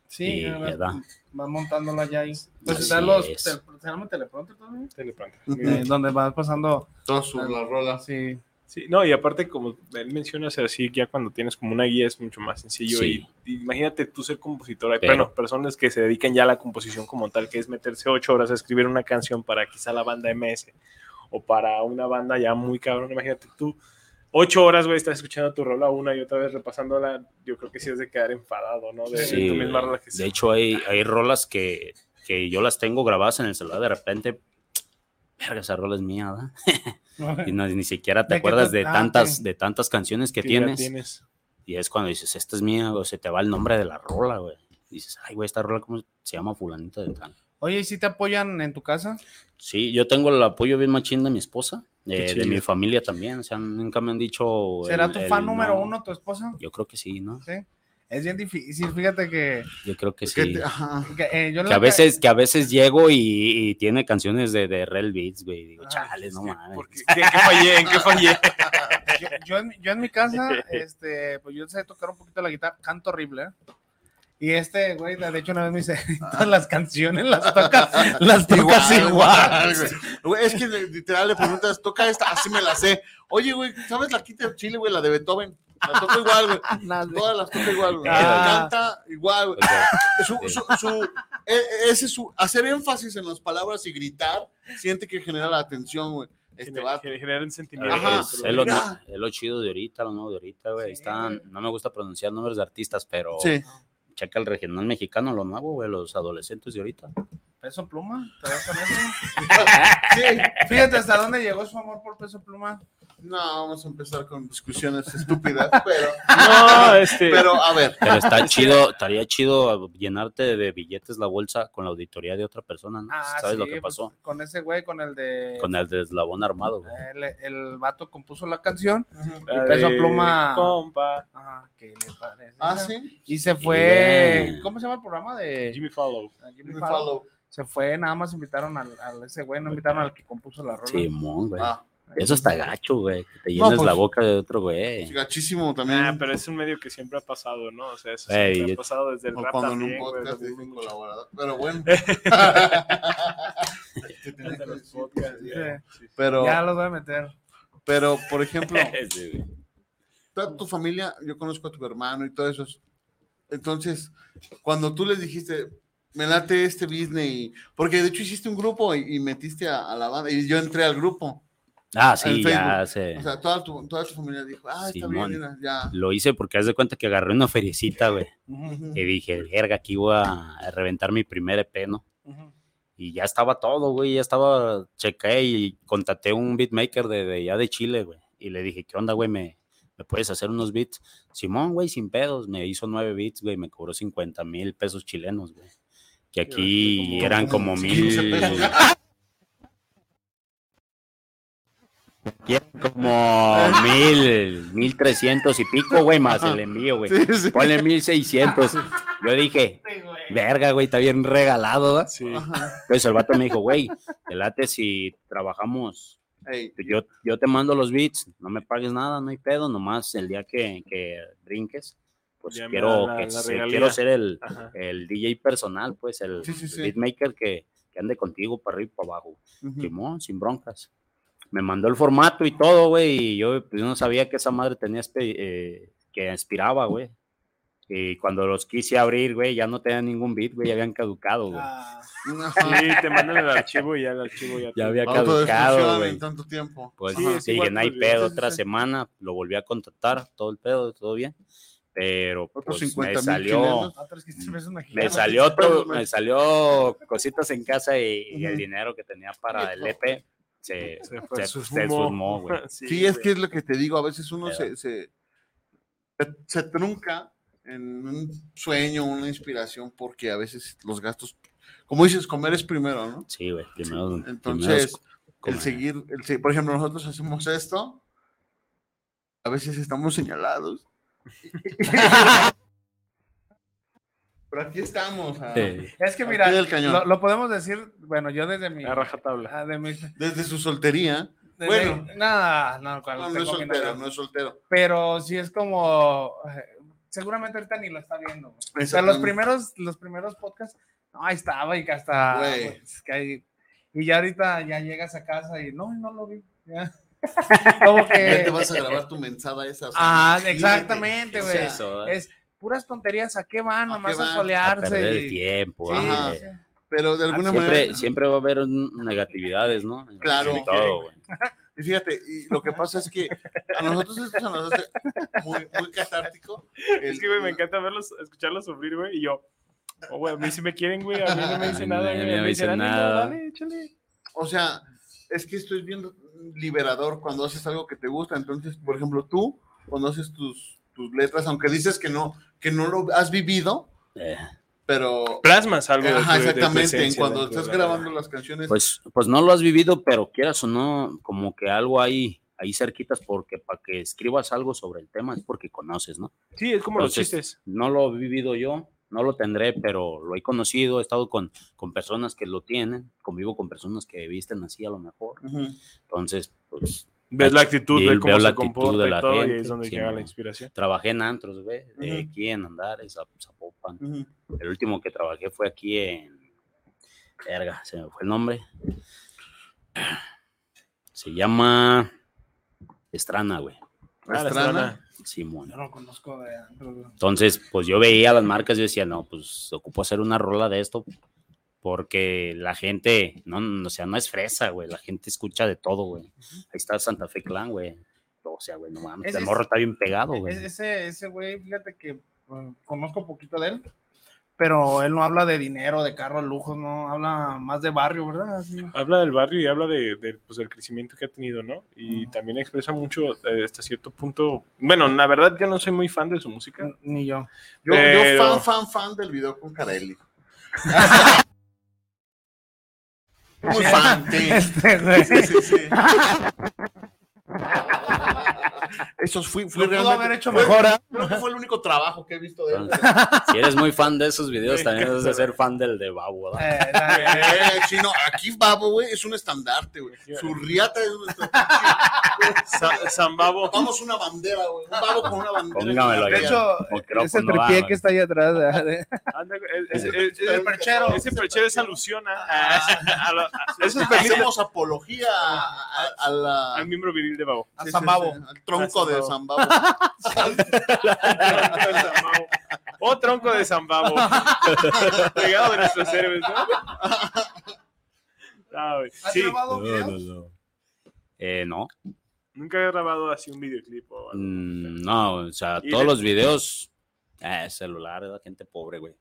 [SPEAKER 6] Sí,
[SPEAKER 7] y
[SPEAKER 6] ya
[SPEAKER 7] ya
[SPEAKER 6] va-
[SPEAKER 7] da.
[SPEAKER 6] va montándola ya ahí. Pues
[SPEAKER 7] Así
[SPEAKER 6] están los.
[SPEAKER 7] es.
[SPEAKER 6] tel- ¿Se llama teleprompter también?
[SPEAKER 5] Teleprompter.
[SPEAKER 6] Eh, donde vas pasando.
[SPEAKER 8] Todas sus- las rolas.
[SPEAKER 6] Sí.
[SPEAKER 5] Sí, no, y aparte, como él menciona, o sea, sí, ya cuando tienes como una guía es mucho más sencillo.
[SPEAKER 7] Sí.
[SPEAKER 5] Y, y imagínate tú ser compositora,
[SPEAKER 7] Pero-
[SPEAKER 5] pero, bueno, personas que se dedican ya a la composición como tal, que es meterse ocho horas a escribir una canción para quizá la banda MS o para una banda ya muy cabrón. Imagínate tú, ocho horas, güey, estás escuchando tu rola una y otra vez repasándola. Yo creo que sí es de quedar enfadado, ¿no? De, de
[SPEAKER 7] Sí,
[SPEAKER 5] tu misma
[SPEAKER 7] güey.
[SPEAKER 5] rola que
[SPEAKER 7] de hecho, hay, hay rolas que, que yo las tengo grabadas en el celular. De repente, verga, esa rola es mía, ¿verdad? Y no- ni siquiera te
[SPEAKER 6] De que
[SPEAKER 7] acuerdas
[SPEAKER 6] te-
[SPEAKER 7] de
[SPEAKER 6] ah,
[SPEAKER 7] tantas,
[SPEAKER 6] sí.
[SPEAKER 7] de tantas canciones que,
[SPEAKER 5] que ya
[SPEAKER 7] tienes, Y es cuando dices, esta es mía, o se te va el nombre de la rola, güey. Dices, ay, güey, esta rola, ¿cómo se llama? Fulanita de tal.
[SPEAKER 6] Oye, ¿y si te apoyan en tu casa?
[SPEAKER 7] Sí, yo tengo el apoyo bien machín de mi esposa, eh, de
[SPEAKER 5] chido.
[SPEAKER 7] mi familia también. O sea, nunca me han dicho.
[SPEAKER 6] ¿Será
[SPEAKER 7] el-
[SPEAKER 6] tu
[SPEAKER 7] Pues, el
[SPEAKER 6] fan número
[SPEAKER 7] no.
[SPEAKER 6] uno, tu esposa?
[SPEAKER 7] Yo creo que sí, ¿no?
[SPEAKER 6] Sí. Es bien difícil, fíjate que,
[SPEAKER 7] Yo creo que
[SPEAKER 8] Que
[SPEAKER 7] sí.
[SPEAKER 8] te- ajá.
[SPEAKER 6] que, eh, yo en la
[SPEAKER 7] Que a
[SPEAKER 6] ca-
[SPEAKER 7] veces, que a veces llego y, y tiene canciones de, de Real Beats, güey. y Digo,
[SPEAKER 6] Ah,
[SPEAKER 7] chale, no mames.
[SPEAKER 5] Porque, ¿En qué fallé? ¿En qué fallé?
[SPEAKER 6] yo, yo en, yo en mi casa, este, pues yo sé tocar un poquito la guitarra, canto horrible. ¿eh? Y este, güey, de hecho una vez me dice, todas las canciones las tocas, las tocas
[SPEAKER 8] Igual,
[SPEAKER 6] igual.
[SPEAKER 8] güey. Güey, Es que le- literal le preguntas, toca esta, así me la sé. Oye, güey, ¿sabes la quinta de Chile, güey? La de Beethoven. La toco igual, güey.
[SPEAKER 6] Nada, Ah, güey.
[SPEAKER 8] Todas las toca igual, güey.
[SPEAKER 6] Ah.
[SPEAKER 8] Canta igual, güey.
[SPEAKER 7] O sea,
[SPEAKER 8] Su, su- su- e- ese es su, hacer énfasis en las palabras y gritar, siente que genera la atención, güey. Este
[SPEAKER 5] Gener-
[SPEAKER 8] vato.
[SPEAKER 5] Generar un sentimiento.
[SPEAKER 8] Ajá.
[SPEAKER 7] Eh, Ah, es, es lo,
[SPEAKER 8] Mira.
[SPEAKER 7] no- es lo chido de ahorita, lo nuevo de ahorita, güey. Están, no me gusta pronunciar nombres de artistas, pero
[SPEAKER 8] Sí.
[SPEAKER 7] checa el regional mexicano, lo nuevo, güey, los adolescentes de ahorita.
[SPEAKER 6] Peso pluma, ¿te vas con eso?
[SPEAKER 8] Sí.
[SPEAKER 6] Fíjate hasta dónde llegó su amor por peso pluma.
[SPEAKER 8] No, vamos a empezar con discusiones estúpidas, pero,
[SPEAKER 5] No, este.
[SPEAKER 8] pero a ver.
[SPEAKER 7] Pero está chido, estaría chido llenarte de billetes la bolsa con la auditoría de otra persona, ¿no?
[SPEAKER 6] Ah,
[SPEAKER 7] ¿Sabes lo
[SPEAKER 6] sí,
[SPEAKER 7] que
[SPEAKER 6] pues, eh, Ah.
[SPEAKER 7] pasó?
[SPEAKER 6] con ese güey, con el de.
[SPEAKER 7] Con el deslabón armado, güey.
[SPEAKER 6] El, el vato compuso la canción.
[SPEAKER 5] la
[SPEAKER 6] Peso
[SPEAKER 5] de
[SPEAKER 6] Pluma.
[SPEAKER 5] Compa.
[SPEAKER 6] Ah, ¿qué le parece?
[SPEAKER 8] Ah, sí.
[SPEAKER 6] Y se fue.
[SPEAKER 7] Bien.
[SPEAKER 6] ¿Cómo se llama el programa de
[SPEAKER 5] Jimmy Fallow.
[SPEAKER 6] Jimmy Fallon. Se fue, nada más invitaron al, al ese güey, no invitaron al que compuso la rola.
[SPEAKER 7] Simón, güey.
[SPEAKER 8] Ah,
[SPEAKER 7] Eso está gacho, güey. Que te
[SPEAKER 8] No,
[SPEAKER 7] llenes la
[SPEAKER 8] pues.
[SPEAKER 7] boca de otro, güey.
[SPEAKER 8] gachísimo también.
[SPEAKER 5] Ah, pero es un medio que siempre ha pasado, ¿no? O sea, eso
[SPEAKER 7] Ey,
[SPEAKER 5] siempre
[SPEAKER 7] yo-
[SPEAKER 5] ha pasado desde el
[SPEAKER 8] O
[SPEAKER 5] rap
[SPEAKER 8] cuando en
[SPEAKER 5] también,
[SPEAKER 8] un
[SPEAKER 5] güey,
[SPEAKER 8] podcast
[SPEAKER 5] desde
[SPEAKER 8] dije
[SPEAKER 5] mucho-
[SPEAKER 8] colaborador. Pero bueno. Que tenía
[SPEAKER 5] desde
[SPEAKER 8] que
[SPEAKER 5] los
[SPEAKER 8] decir.
[SPEAKER 5] podcasts, ya. Sí.
[SPEAKER 8] pero,
[SPEAKER 6] Ya los voy a meter.
[SPEAKER 8] pero, por ejemplo,
[SPEAKER 7] Sí, güey.
[SPEAKER 8] toda tu familia, yo conozco a tu hermano y todo eso. Entonces, cuando tú les dijiste, me late este Disney, porque de hecho hiciste un grupo y, y metiste a, a la banda, y yo entré al grupo.
[SPEAKER 7] Ah, sí,
[SPEAKER 8] En
[SPEAKER 7] ya
[SPEAKER 8] Facebook.
[SPEAKER 7] sé.
[SPEAKER 8] O sea, toda tu, toda tu familia dijo, ah, está
[SPEAKER 7] Simón.
[SPEAKER 8] bien, mira, ya.
[SPEAKER 7] Lo hice porque haz de cuenta que agarré una feriecita, güey.
[SPEAKER 8] Ujú.
[SPEAKER 7] Y dije, verga, aquí voy a a reventar mi primer EP, ¿no? Y ya estaba todo, güey. Ya estaba, chequé y contacté un beatmaker de, de allá de Chile, güey. Y le dije, ¿qué onda, güey? ¿Me, ¿Me puedes hacer unos beats? Simón, güey, sin pedos. Me hizo nueve beats, güey. Me cobró 50 mil pesos chilenos, güey. Que aquí
[SPEAKER 5] como-
[SPEAKER 7] eran como mil.
[SPEAKER 8] 15 pesos.
[SPEAKER 7] Aquí eran como mil, mil trescientos y pico, güey, más el envío, güey.
[SPEAKER 8] Sí, sí. Ah.
[SPEAKER 7] Ponle mil seiscientos. Yo dije, verga, güey, está bien regalado, ¿va?
[SPEAKER 5] Sí.
[SPEAKER 8] Este Ajá.
[SPEAKER 7] Entonces el vato me dijo, güey, te late si trabajamos
[SPEAKER 8] Ey,
[SPEAKER 7] yo, yo te mando los beats, no me pagues nada, no hay pedo, nomás el día que, que brinques, pues
[SPEAKER 5] Ya me
[SPEAKER 7] quiero,
[SPEAKER 5] da la-
[SPEAKER 7] que
[SPEAKER 5] la
[SPEAKER 7] se-
[SPEAKER 5] regalía.
[SPEAKER 7] quiero ser el,
[SPEAKER 5] Ajá.
[SPEAKER 7] el DJ personal, pues el
[SPEAKER 8] Sí, sí, sí.
[SPEAKER 7] beatmaker que, que ande contigo para arriba y para abajo.
[SPEAKER 8] ujú.
[SPEAKER 7] Simón, sin broncas. Me mandó el formato y todo, güey, y yo pues, no sabía que esa madre tenía espe- eh, que aspiraba, güey. Y cuando los quise abrir, güey, ya no tenía ningún beat, güey, ya habían caducado, güey.
[SPEAKER 6] Ah,
[SPEAKER 8] Ajá.
[SPEAKER 5] Sí, te mandan el archivo y ya el archivo ya.
[SPEAKER 7] Ya había caducado,
[SPEAKER 8] Autodestrucción
[SPEAKER 7] güey.
[SPEAKER 8] en tanto tiempo.
[SPEAKER 7] Pues
[SPEAKER 5] Sí,
[SPEAKER 7] sí,
[SPEAKER 5] es igual,
[SPEAKER 7] no hay
[SPEAKER 5] pues,
[SPEAKER 7] pedo.
[SPEAKER 8] sí, sí,
[SPEAKER 7] Otra
[SPEAKER 8] sí.
[SPEAKER 7] semana lo volví a contratar, todo el pedo, todo bien. Pero
[SPEAKER 8] Otros
[SPEAKER 7] pues,
[SPEAKER 8] 50
[SPEAKER 7] me
[SPEAKER 8] mil
[SPEAKER 7] salió,
[SPEAKER 8] chilenos.
[SPEAKER 6] otros 15 pesos
[SPEAKER 7] me
[SPEAKER 6] mexicanos.
[SPEAKER 7] salió todo,
[SPEAKER 8] güey.
[SPEAKER 7] me salió cositas en casa y, y el
[SPEAKER 8] Ujú.
[SPEAKER 7] dinero que tenía para el
[SPEAKER 8] Hijo.
[SPEAKER 7] EP se,
[SPEAKER 5] Se,
[SPEAKER 7] se-
[SPEAKER 5] fue, se
[SPEAKER 7] se
[SPEAKER 5] esfumó.
[SPEAKER 7] esfumó, güey.
[SPEAKER 5] Sí,
[SPEAKER 8] Sí, es
[SPEAKER 5] güey.
[SPEAKER 8] que es lo que te digo, a veces uno se,
[SPEAKER 7] Pero-
[SPEAKER 8] se, se- se trunca en un sueño, una inspiración, porque a veces los gastos, como dices, comer es primero, ¿no?
[SPEAKER 7] Sí, güey. Primero, primero es
[SPEAKER 8] Entonces,
[SPEAKER 7] comer.
[SPEAKER 8] el seguir, el se- por ejemplo, nosotros hacemos esto, a veces estamos señalados. Pero aquí estamos. ah,
[SPEAKER 7] Sí.
[SPEAKER 6] Es que
[SPEAKER 8] Al
[SPEAKER 6] mira,
[SPEAKER 8] pie del cañón.
[SPEAKER 6] lo, lo podemos decir, bueno, yo desde mi...
[SPEAKER 5] A rajatabla.
[SPEAKER 6] ah, de mi-
[SPEAKER 8] Desde su soltería.
[SPEAKER 6] desde-
[SPEAKER 8] Bueno.
[SPEAKER 6] nada, no, cuando
[SPEAKER 8] No, no es
[SPEAKER 6] tengo mi nada.
[SPEAKER 8] soltero, no es soltero.
[SPEAKER 6] pero sí es como eh, seguramente ahorita ni lo está viendo. güey. O sea, los
[SPEAKER 8] Exactamente.
[SPEAKER 6] primeros, los primeros podcasts, no, ahí estaba y que hasta
[SPEAKER 8] Güey.
[SPEAKER 6] güey, es que ahí- y ya ahorita ya llegas a casa y no, no lo vi. ya. como
[SPEAKER 8] Ya
[SPEAKER 6] que
[SPEAKER 8] te vas a grabar tu mensada esa. o sea,
[SPEAKER 6] ah,
[SPEAKER 8] imagínate.
[SPEAKER 6] exactamente,
[SPEAKER 8] O
[SPEAKER 6] güey.
[SPEAKER 8] sea,
[SPEAKER 7] Eso, eh,
[SPEAKER 6] es puras tonterías, ¿a qué van?
[SPEAKER 8] ¿A
[SPEAKER 6] Nomás
[SPEAKER 8] qué
[SPEAKER 6] a
[SPEAKER 8] van?
[SPEAKER 7] a
[SPEAKER 6] solearse.
[SPEAKER 7] perder
[SPEAKER 6] y-
[SPEAKER 7] el tiempo.
[SPEAKER 6] Sí,
[SPEAKER 8] Ajá.
[SPEAKER 7] güey.
[SPEAKER 6] sí.
[SPEAKER 8] Pero de alguna
[SPEAKER 7] Siempre,
[SPEAKER 8] manera.
[SPEAKER 7] siempre va a haber un- negatividades, ¿no? En
[SPEAKER 8] Claro.
[SPEAKER 7] todo, güey.
[SPEAKER 8] Y fíjate, y lo que pasa es que a nosotros esto se nos hace muy, muy catártico.
[SPEAKER 5] Es que, güey, me encanta verlos, escucharlos sufrir, güey, y yo. Oh, güey, a mí sí me quieren, güey, a mí no me
[SPEAKER 7] A mí
[SPEAKER 5] dice nada,
[SPEAKER 7] no
[SPEAKER 5] güey.
[SPEAKER 7] me
[SPEAKER 5] me dicen
[SPEAKER 7] dicen
[SPEAKER 5] "Ánimo,
[SPEAKER 7] nada".
[SPEAKER 5] Dale, échale.
[SPEAKER 8] O sea, es que esto es bien liberador cuando haces algo que te gusta. Entonces, por ejemplo, tú, cuando haces tus, tus letras, aunque dices que no, que no lo has vivido,
[SPEAKER 7] Eh.
[SPEAKER 8] pero.
[SPEAKER 5] Plasmas algo. de tu-
[SPEAKER 8] Ajá,
[SPEAKER 5] de tu
[SPEAKER 8] exactamente. En
[SPEAKER 5] esencia
[SPEAKER 8] cuando
[SPEAKER 5] dentro de
[SPEAKER 8] estás
[SPEAKER 5] la-
[SPEAKER 8] grabando las canciones.
[SPEAKER 7] Pues, pues no lo has vivido, pero quieras o no, como que algo ahí, ahí cerquitas, porque para que escribas algo sobre el tema es porque conoces, ¿no?
[SPEAKER 5] Sí, es como los
[SPEAKER 7] Entonces,
[SPEAKER 5] chistes.
[SPEAKER 7] No lo he vivido yo, no lo tendré, pero lo he conocido, he estado con, con personas que lo tienen, convivo con personas que visten así a lo mejor.
[SPEAKER 8] ujú.
[SPEAKER 7] Entonces, pues
[SPEAKER 5] Ves la actitud,
[SPEAKER 7] Y
[SPEAKER 5] ves cómo
[SPEAKER 7] veo
[SPEAKER 5] se
[SPEAKER 7] la actitud
[SPEAKER 5] comporta
[SPEAKER 7] de
[SPEAKER 5] y
[SPEAKER 7] la
[SPEAKER 5] todo, y
[SPEAKER 7] gente,
[SPEAKER 5] es donde
[SPEAKER 7] sí,
[SPEAKER 5] llega
[SPEAKER 7] no.
[SPEAKER 5] la inspiración.
[SPEAKER 7] trabajé en antros, güey, de
[SPEAKER 8] Ujú.
[SPEAKER 7] aquí en Andares, a Zapopan.
[SPEAKER 8] Ujú.
[SPEAKER 7] El último que trabajé fue aquí en. Verga, se me fue el nombre. Se llama. Estrana, güey.
[SPEAKER 5] Ah, la
[SPEAKER 8] Pastrana.
[SPEAKER 7] Simón.
[SPEAKER 6] Yo no conozco de antro, güey.
[SPEAKER 7] Entonces, pues yo veía las marcas y decía, no, pues ocupo hacer una rola de esto porque la gente, no, no, o sea, no es fresa, güey, la gente escucha de todo, güey. Ahí está Santa Fe Clan, güey. O sea, güey, no mames,
[SPEAKER 6] Es-
[SPEAKER 7] el
[SPEAKER 6] es-
[SPEAKER 7] morro está bien pegado,
[SPEAKER 6] Es-
[SPEAKER 7] güey.
[SPEAKER 6] E-, Ese, ese güey, fíjate que eh, conozco poquito de él, pero él no habla de dinero, de carros, lujos, no, habla más de barrio, ¿verdad? Así,
[SPEAKER 5] Habla del barrio y habla de, de, pues, del crecimiento que ha tenido, ¿no? Y también expresa mucho eh, hasta cierto punto. Bueno, la verdad yo no soy muy fan de su música.
[SPEAKER 6] n- Ni yo.
[SPEAKER 8] Yo, yo
[SPEAKER 5] Pero-
[SPEAKER 8] fan, fan, fan del video con Carelli. Muy fan, sí.
[SPEAKER 6] Este güey.
[SPEAKER 8] Sí, sí, sí. Eso fui, fui
[SPEAKER 6] Lo pudo
[SPEAKER 8] realmente-
[SPEAKER 6] haber hecho
[SPEAKER 8] fue-
[SPEAKER 6] mejor, ¿ah?
[SPEAKER 8] Creo que fue el único trabajo que he visto de él.
[SPEAKER 7] Si eres muy fan de esos videos,
[SPEAKER 5] Me
[SPEAKER 7] también debes de
[SPEAKER 5] encanta,
[SPEAKER 7] ser fan del de Babo, ¿verdad?
[SPEAKER 6] Eh, la-
[SPEAKER 8] Eh, sí, no, aquí Babo, güey, es un estandarte, güey. Su riata es un estandarte.
[SPEAKER 5] Sa- Zambabo.
[SPEAKER 8] Vamos una bandera, güey. Un Babo con una bandera.
[SPEAKER 7] Póngamelo
[SPEAKER 6] de
[SPEAKER 7] ahí.
[SPEAKER 6] hecho,
[SPEAKER 7] Micrófono,
[SPEAKER 6] ese
[SPEAKER 7] ah,
[SPEAKER 6] tripié
[SPEAKER 7] güey.
[SPEAKER 6] que está ahí atrás. ¿verdad? De-
[SPEAKER 5] Anda, eh, eh, eh, eh,
[SPEAKER 8] El perchero.
[SPEAKER 5] Ese perchero es alusión a, a- a lo- a- esos perlitas
[SPEAKER 8] Hacemos apología a- a- a la...
[SPEAKER 5] al miembro viril de Babo.
[SPEAKER 6] A
[SPEAKER 8] Sí, sí,
[SPEAKER 6] Zambabo.
[SPEAKER 8] sí, al tronco
[SPEAKER 5] A
[SPEAKER 8] de Zambabo.
[SPEAKER 5] Tronco de Zambabo. O tronco de Zambabo. Pegado de nuestros héroes, ¿no? Ah, güey.
[SPEAKER 6] ¿Has
[SPEAKER 5] sí,
[SPEAKER 6] grabado
[SPEAKER 7] No,
[SPEAKER 6] videos?
[SPEAKER 7] no, no. Eh, no.
[SPEAKER 5] nunca he grabado así un videoclip. o algo.
[SPEAKER 7] Mm, No, o sea,
[SPEAKER 5] Y
[SPEAKER 7] todos
[SPEAKER 5] de-
[SPEAKER 7] los videos. Eh, celular, ¿verdad? gente pobre, güey.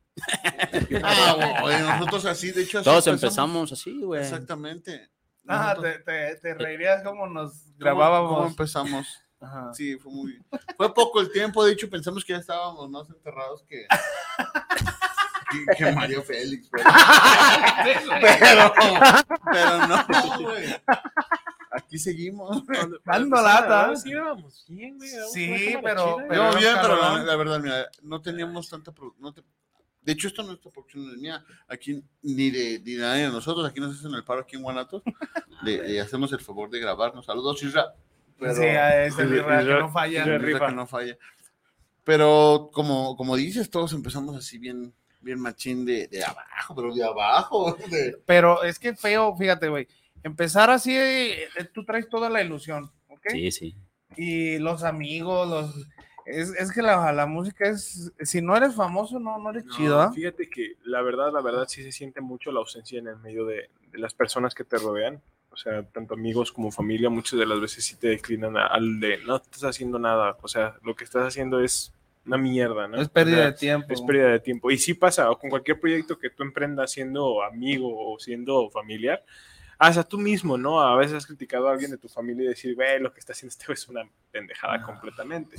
[SPEAKER 8] Ah, güey, nosotros así, de hecho. así
[SPEAKER 7] Todos empezamos así, güey.
[SPEAKER 8] Exactamente.
[SPEAKER 6] Ah,
[SPEAKER 8] Nosotros-
[SPEAKER 6] te, te- te reirías como nos
[SPEAKER 8] ¿Cómo- ¿Cómo
[SPEAKER 6] grabábamos.
[SPEAKER 8] empezamos?
[SPEAKER 6] Ajá.
[SPEAKER 8] Sí, fue muy. Fue poco el tiempo, de hecho, pensamos que ya estábamos más enterrados que. que, que Mario Félix, güey. Pero. Pero no, güey. Aquí seguimos.
[SPEAKER 5] Cuando-
[SPEAKER 6] Dando
[SPEAKER 5] cuando
[SPEAKER 6] lata.
[SPEAKER 5] grabamos, pues, Sí, grabamos bien, güey. grabamos
[SPEAKER 6] Sí,
[SPEAKER 5] una cámara
[SPEAKER 6] pero-
[SPEAKER 5] chida,
[SPEAKER 6] Pero
[SPEAKER 8] Pero bien, pero la,
[SPEAKER 6] cabrón.
[SPEAKER 8] la verdad, mira, no teníamos tanta. pro- no te- De hecho, esto no, esta producción no es mía, aquí ni de, ni de nadie de nosotros, aquí nos hacen el paro aquí en Guanatos, de, de hacernos el favor de grabarnos. Saludos, Isra. Pero-
[SPEAKER 6] sí, es el
[SPEAKER 5] Pero-
[SPEAKER 6] Israel que
[SPEAKER 5] Israel-
[SPEAKER 6] no falla.
[SPEAKER 5] Israel-
[SPEAKER 8] Neta
[SPEAKER 5] rifa.
[SPEAKER 8] que no falla. Pero como, como dices, todos empezamos así bien, bien machín de, de abajo, pero de abajo. de-
[SPEAKER 6] Pero es que feo, fíjate, güey. Empezar así, eh, tú traes toda la ilusión, ¿ok?
[SPEAKER 7] Sí, sí.
[SPEAKER 6] Y los amigos, los... Es, es que la, la música es... Si no eres famoso, no, no eres
[SPEAKER 5] No,
[SPEAKER 6] chido, ¿ah?
[SPEAKER 5] Fíjate que la verdad, la verdad sí se siente mucho la ausencia en el medio de, de las personas que te rodean. O sea, tanto amigos como familia, muchas de las veces sí te declinan a- al de no estás haciendo nada. O sea, lo que estás haciendo es una mierda, ¿no?
[SPEAKER 6] Es pérdida
[SPEAKER 5] O
[SPEAKER 6] de tiempo.
[SPEAKER 5] sea, es pérdida de tiempo. Y sí pasa, o con cualquier proyecto que tú emprendas siendo amigo o siendo familiar, hasta tú mismo, ¿no? A veces has criticado a alguien de tu familia y decir, güey, lo que está haciendo este güey es una pendejada
[SPEAKER 8] Ah.
[SPEAKER 5] completamente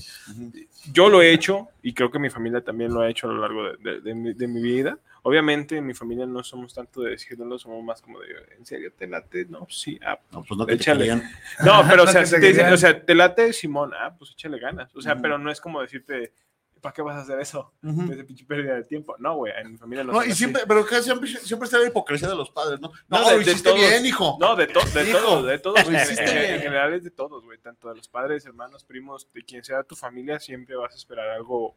[SPEAKER 5] yo lo he hecho y creo que mi familia también lo ha hecho a lo largo de, de- de mi, de mi vida. Obviamente, en mi familia no somos tanto de decirlo, somos más como de, ¿en serio te late? No, sí, ah.
[SPEAKER 8] No, pues no que te
[SPEAKER 5] Échale.
[SPEAKER 8] querían.
[SPEAKER 5] No, pero o
[SPEAKER 6] No
[SPEAKER 5] sea,
[SPEAKER 6] que
[SPEAKER 5] si
[SPEAKER 6] te
[SPEAKER 5] te dicen,
[SPEAKER 6] digan.
[SPEAKER 5] o sea, te late Simón, ah, pues échale ganas. O sea,
[SPEAKER 8] Ujú.
[SPEAKER 5] pero no es como decirte, ¿para qué vas a hacer eso?
[SPEAKER 8] Ujú.
[SPEAKER 5] Esa pinche pérdida de tiempo. No, güey, en mi familia no.
[SPEAKER 8] No,
[SPEAKER 5] son
[SPEAKER 8] y
[SPEAKER 5] así.
[SPEAKER 8] siempre, pero que siempre, siempre está la hipocresía de los padres, ¿no? No,
[SPEAKER 5] No, de-
[SPEAKER 8] lo
[SPEAKER 5] de
[SPEAKER 8] hiciste
[SPEAKER 5] todos.
[SPEAKER 8] bien, hijo.
[SPEAKER 5] No, de, to- de
[SPEAKER 8] Hijo,
[SPEAKER 5] todo, de todo.
[SPEAKER 8] lo
[SPEAKER 5] En,
[SPEAKER 8] hiciste
[SPEAKER 5] en-
[SPEAKER 8] bien.
[SPEAKER 5] en general es de todos, güey. Tanto de los padres, hermanos, primos, de quien sea tu familia, siempre vas a esperar algo,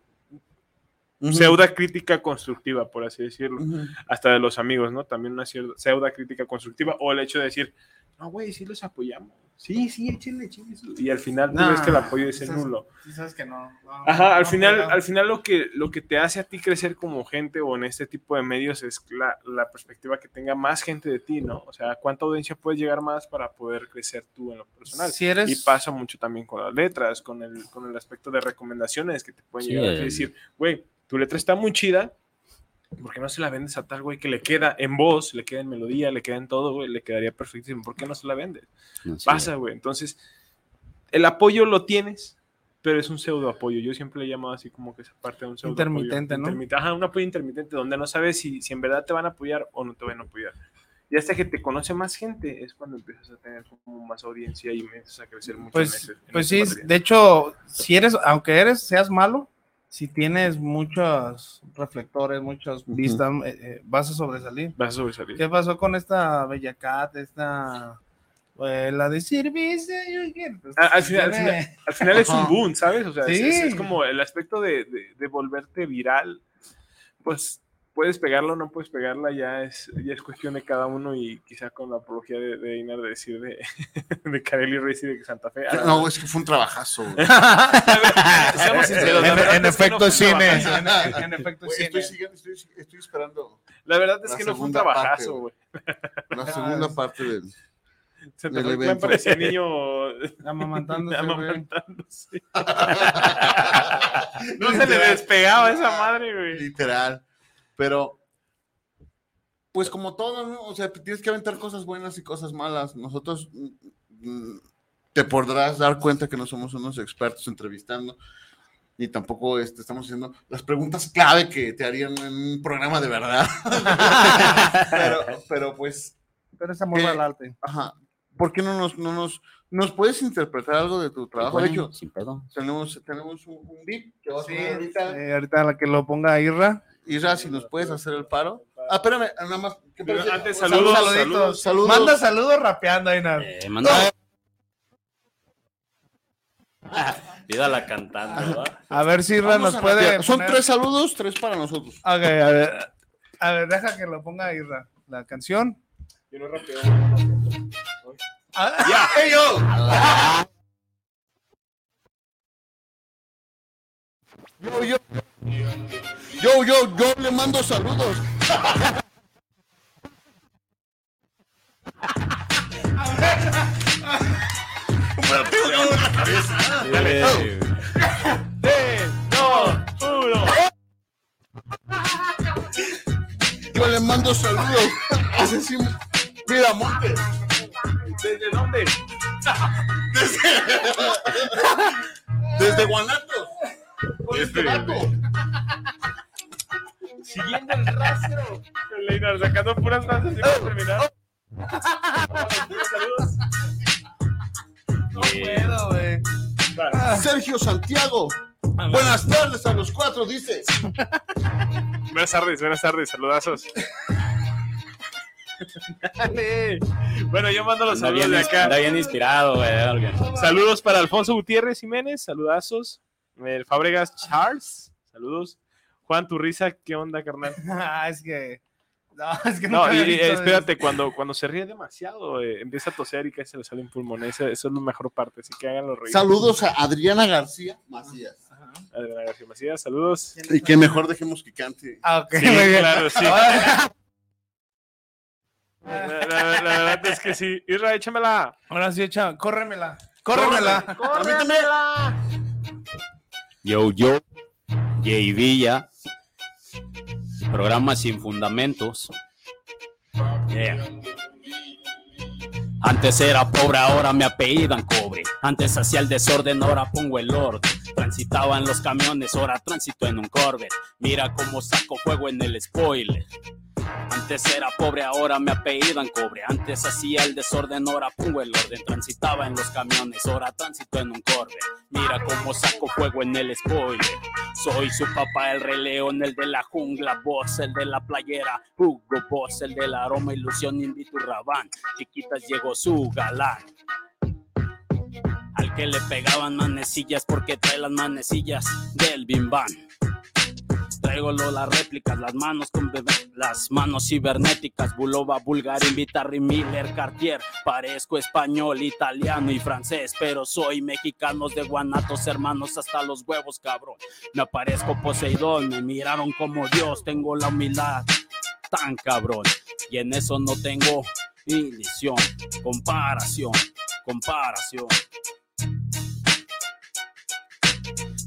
[SPEAKER 8] Ujú.
[SPEAKER 5] pseuda crítica constructiva, por así decirlo.
[SPEAKER 8] Ujú.
[SPEAKER 5] hasta de los amigos, ¿no? También una cier- pseudo crítica constructiva o el hecho de decir, no, güey, sí los apoyamos. Sí, sí, échenle, échenle. su-". Y al final tú
[SPEAKER 6] Nah,
[SPEAKER 5] ves que el apoyo es el
[SPEAKER 6] esas-
[SPEAKER 5] nulo.
[SPEAKER 6] Sí, sabes que no. no,
[SPEAKER 5] Ajá, al
[SPEAKER 6] no
[SPEAKER 5] final,
[SPEAKER 6] pega.
[SPEAKER 5] al final lo que, lo que te hace a ti crecer como gente o en este tipo de medios es la, la perspectiva que tenga más gente de ti, ¿no? O sea, cuánta audiencia puedes llegar más para poder crecer tú en lo personal.
[SPEAKER 6] Si eres-
[SPEAKER 5] Y pasa mucho también con las letras, con el, con el aspecto de recomendaciones que te pueden
[SPEAKER 7] Sí,
[SPEAKER 5] llegar a ti
[SPEAKER 7] el-
[SPEAKER 5] y decir, güey, tu letra está muy chida, ¿por qué no se la vendes a tal güey que le queda en voz, le queda en melodía, le queda en todo, güey, le quedaría perfectísimo? ¿Por qué no se la vendes?
[SPEAKER 7] Así
[SPEAKER 5] Pasa, güey. Entonces, el apoyo lo tienes, pero es un pseudo apoyo. Yo siempre le he llamado así como que esa parte de un pseudo
[SPEAKER 6] Intermitente, ¿no?
[SPEAKER 5] Ajá, un apoyo intermitente donde no sabes si, si en verdad te van a apoyar o no te van a apoyar. Y hasta que te conoce más gente es cuando empiezas a tener como más audiencia y empiezas a crecer mucho. en
[SPEAKER 6] Pues,
[SPEAKER 5] ese- en
[SPEAKER 6] pues sí,
[SPEAKER 5] ese
[SPEAKER 6] es-
[SPEAKER 5] material.
[SPEAKER 6] de hecho, si eres, aunque eres, seas malo, si tienes muchos reflectores, muchas
[SPEAKER 8] Ujú.
[SPEAKER 6] vistas, eh, eh, vas a sobresalir.
[SPEAKER 5] Vas a sobresalir.
[SPEAKER 6] ¿Qué pasó con esta Bella Cat, esta, eh, la de servicio? yo quiero?
[SPEAKER 5] Ah, al final- al
[SPEAKER 6] Tiene-
[SPEAKER 5] final- al final es un
[SPEAKER 8] Ajá.
[SPEAKER 5] boom, ¿sabes? O sea, es-
[SPEAKER 6] Sí.
[SPEAKER 5] es, es como el aspecto de, de- de volverte viral. Pues puedes pegarla o no puedes pegarla, ya es, ya es cuestión de cada uno y quizá con la apología de, de Inar de decir de, de Carelli Ruiz y de Santa Fe. ah,
[SPEAKER 8] No, es que fue un trabajazo. güey.
[SPEAKER 5] seamos sinceros, la
[SPEAKER 6] En-
[SPEAKER 5] verdad
[SPEAKER 6] en
[SPEAKER 5] es que
[SPEAKER 6] efecto
[SPEAKER 5] no fue un
[SPEAKER 6] cine.
[SPEAKER 5] trabajazo.
[SPEAKER 6] En- en efecto,
[SPEAKER 8] Güey,
[SPEAKER 6] sí,
[SPEAKER 8] estoy,
[SPEAKER 6] en-
[SPEAKER 8] siguiendo- estoy, estoy esperando
[SPEAKER 5] La verdad es
[SPEAKER 8] La
[SPEAKER 5] que no fue un
[SPEAKER 8] segunda parte,
[SPEAKER 5] trabajazo, güey.
[SPEAKER 8] la segunda
[SPEAKER 6] es-
[SPEAKER 8] parte del.
[SPEAKER 5] Santa Fe
[SPEAKER 8] del
[SPEAKER 5] Clan
[SPEAKER 8] evento.
[SPEAKER 5] parecía niño
[SPEAKER 6] amamantándose, güey.
[SPEAKER 5] amamantándose. No se le
[SPEAKER 8] Literal.
[SPEAKER 5] despegaba esa madre, güey.
[SPEAKER 8] Literal. Pero, pues como todo, ¿no? O sea, tienes que aventar cosas buenas y cosas malas. Nosotros mm, mm, te podrás dar cuenta que no somos unos expertos entrevistando. Y tampoco este, estamos haciendo las preguntas clave que te harían en un programa de verdad. pero, pero pues,
[SPEAKER 6] Pero es amor
[SPEAKER 8] Eh,
[SPEAKER 6] al arte.
[SPEAKER 8] ajá. ¿Por qué no nos, no nos, nos puedes interpretar algo de tu trabajo? De
[SPEAKER 7] Bueno,
[SPEAKER 8] hecho,
[SPEAKER 7] sin pedo.
[SPEAKER 8] tenemos, tenemos un, un beat que va a
[SPEAKER 6] Sí,
[SPEAKER 8] sonar ahorita.
[SPEAKER 6] eh, ahorita la que lo ponga Irra.
[SPEAKER 8] Isra, si nos puedes hacer el paro. Ah, espérame, nada más. ¿Qué
[SPEAKER 5] Pero
[SPEAKER 8] parece?
[SPEAKER 5] antes,
[SPEAKER 8] Saludos,
[SPEAKER 5] saludos,
[SPEAKER 8] saluditos,
[SPEAKER 5] saludos.
[SPEAKER 8] saludos.
[SPEAKER 6] Manda saludos rapeando, Ainar.
[SPEAKER 7] Eh, manda. Pídala cantando, ¿verdad?
[SPEAKER 6] A ver si Irra
[SPEAKER 8] Vamos
[SPEAKER 6] nos
[SPEAKER 8] a
[SPEAKER 6] puede.
[SPEAKER 8] rapear. Son
[SPEAKER 6] poner-
[SPEAKER 8] tres saludos, tres para nosotros.
[SPEAKER 6] Ok, a ver. A ver, deja que lo ponga Irra. La canción.
[SPEAKER 5] Yo no rapeo.
[SPEAKER 6] Ah,
[SPEAKER 8] ¡Ya! ¡Hey, yo! Yo, yo. Yo, yo, yo le mando saludos.
[SPEAKER 7] Eh,
[SPEAKER 5] Tres, dos, uno.
[SPEAKER 8] Yo le mando saludos. Asesino. Mira, monte.
[SPEAKER 5] ¿Desde dónde?
[SPEAKER 8] Desde Guanatos. Por
[SPEAKER 5] Este,
[SPEAKER 8] este vato.
[SPEAKER 5] Siguiendo el rastro. Leinar sacando puras frases y va a terminar. Saludos.
[SPEAKER 6] no puedo, güey.
[SPEAKER 5] Vale.
[SPEAKER 8] Sergio Santiago. Buenas tardes a los cuatro, dice.
[SPEAKER 5] Buenas tardes, buenas tardes, saludazos. Dale. Bueno, yo mando los
[SPEAKER 7] Anda
[SPEAKER 5] saludos
[SPEAKER 7] bien,
[SPEAKER 5] de acá.
[SPEAKER 7] anda bien inspirado, güey. Olga.
[SPEAKER 5] Saludos para Alfonso Gutiérrez Jiménez, saludazos. El Fábregas Charles, saludos. Juan Turriza, ¿qué onda, carnal?
[SPEAKER 6] Ah, es que. No, es que
[SPEAKER 5] No,
[SPEAKER 6] nunca
[SPEAKER 5] y,
[SPEAKER 6] había
[SPEAKER 5] y,
[SPEAKER 6] visto de-
[SPEAKER 5] espérate, cuando, cuando se ríe demasiado, eh, empieza a toser y casi se le sale un pulmón. Esa- eso es la mejor parte, así que háganlo reír.
[SPEAKER 8] Saludos a Adriana García Macías.
[SPEAKER 5] Adriana García Macías, saludos.
[SPEAKER 8] Y que mejor dejemos que cante.
[SPEAKER 6] Ah, ok,
[SPEAKER 5] Sí,
[SPEAKER 6] muy bien.
[SPEAKER 5] claro, sí.
[SPEAKER 6] Ahora,
[SPEAKER 5] La, la- la verdad es que sí. Irra, échamela.
[SPEAKER 6] ahora sí, echa, córremela. Córremela.
[SPEAKER 7] Yo, yo, Jay Villa, programa sin fundamentos. Yeah. Antes era pobre, ahora me apellidan cobre. Antes hacía el desorden, ahora pongo el orden. Transitaban los camiones, ahora tránsito en un Corvette. Mira cómo saco fuego en el spoiler. Antes era pobre, ahora me apellidan cobre. Antes hacía el desorden, ahora pongo el orden. Transitaba en los camiones, ahora tránsito en un corbe. Mira cómo saco fuego en el spoiler. Soy su papá, el rey león, el de la jungla, vos, el de la playera, Hugo Boss, el del aroma, ilusión, invito Rabán. Chiquitas llegó su galán. Al que le pegaban manecillas porque trae las manecillas del bimbán. Traigo lo- las réplicas, las manos con bebé- las manos cibernéticas, Bulova, Bulgari, Vitarri, Miller, Cartier. Parezco español, italiano y francés, pero soy mexicanos de guanatos, hermanos hasta los huevos, cabrón. Me aparezco Poseidón, me miraron como Dios, tengo la humildad tan cabrón. Y en eso no tengo ilusión, comparación, comparación.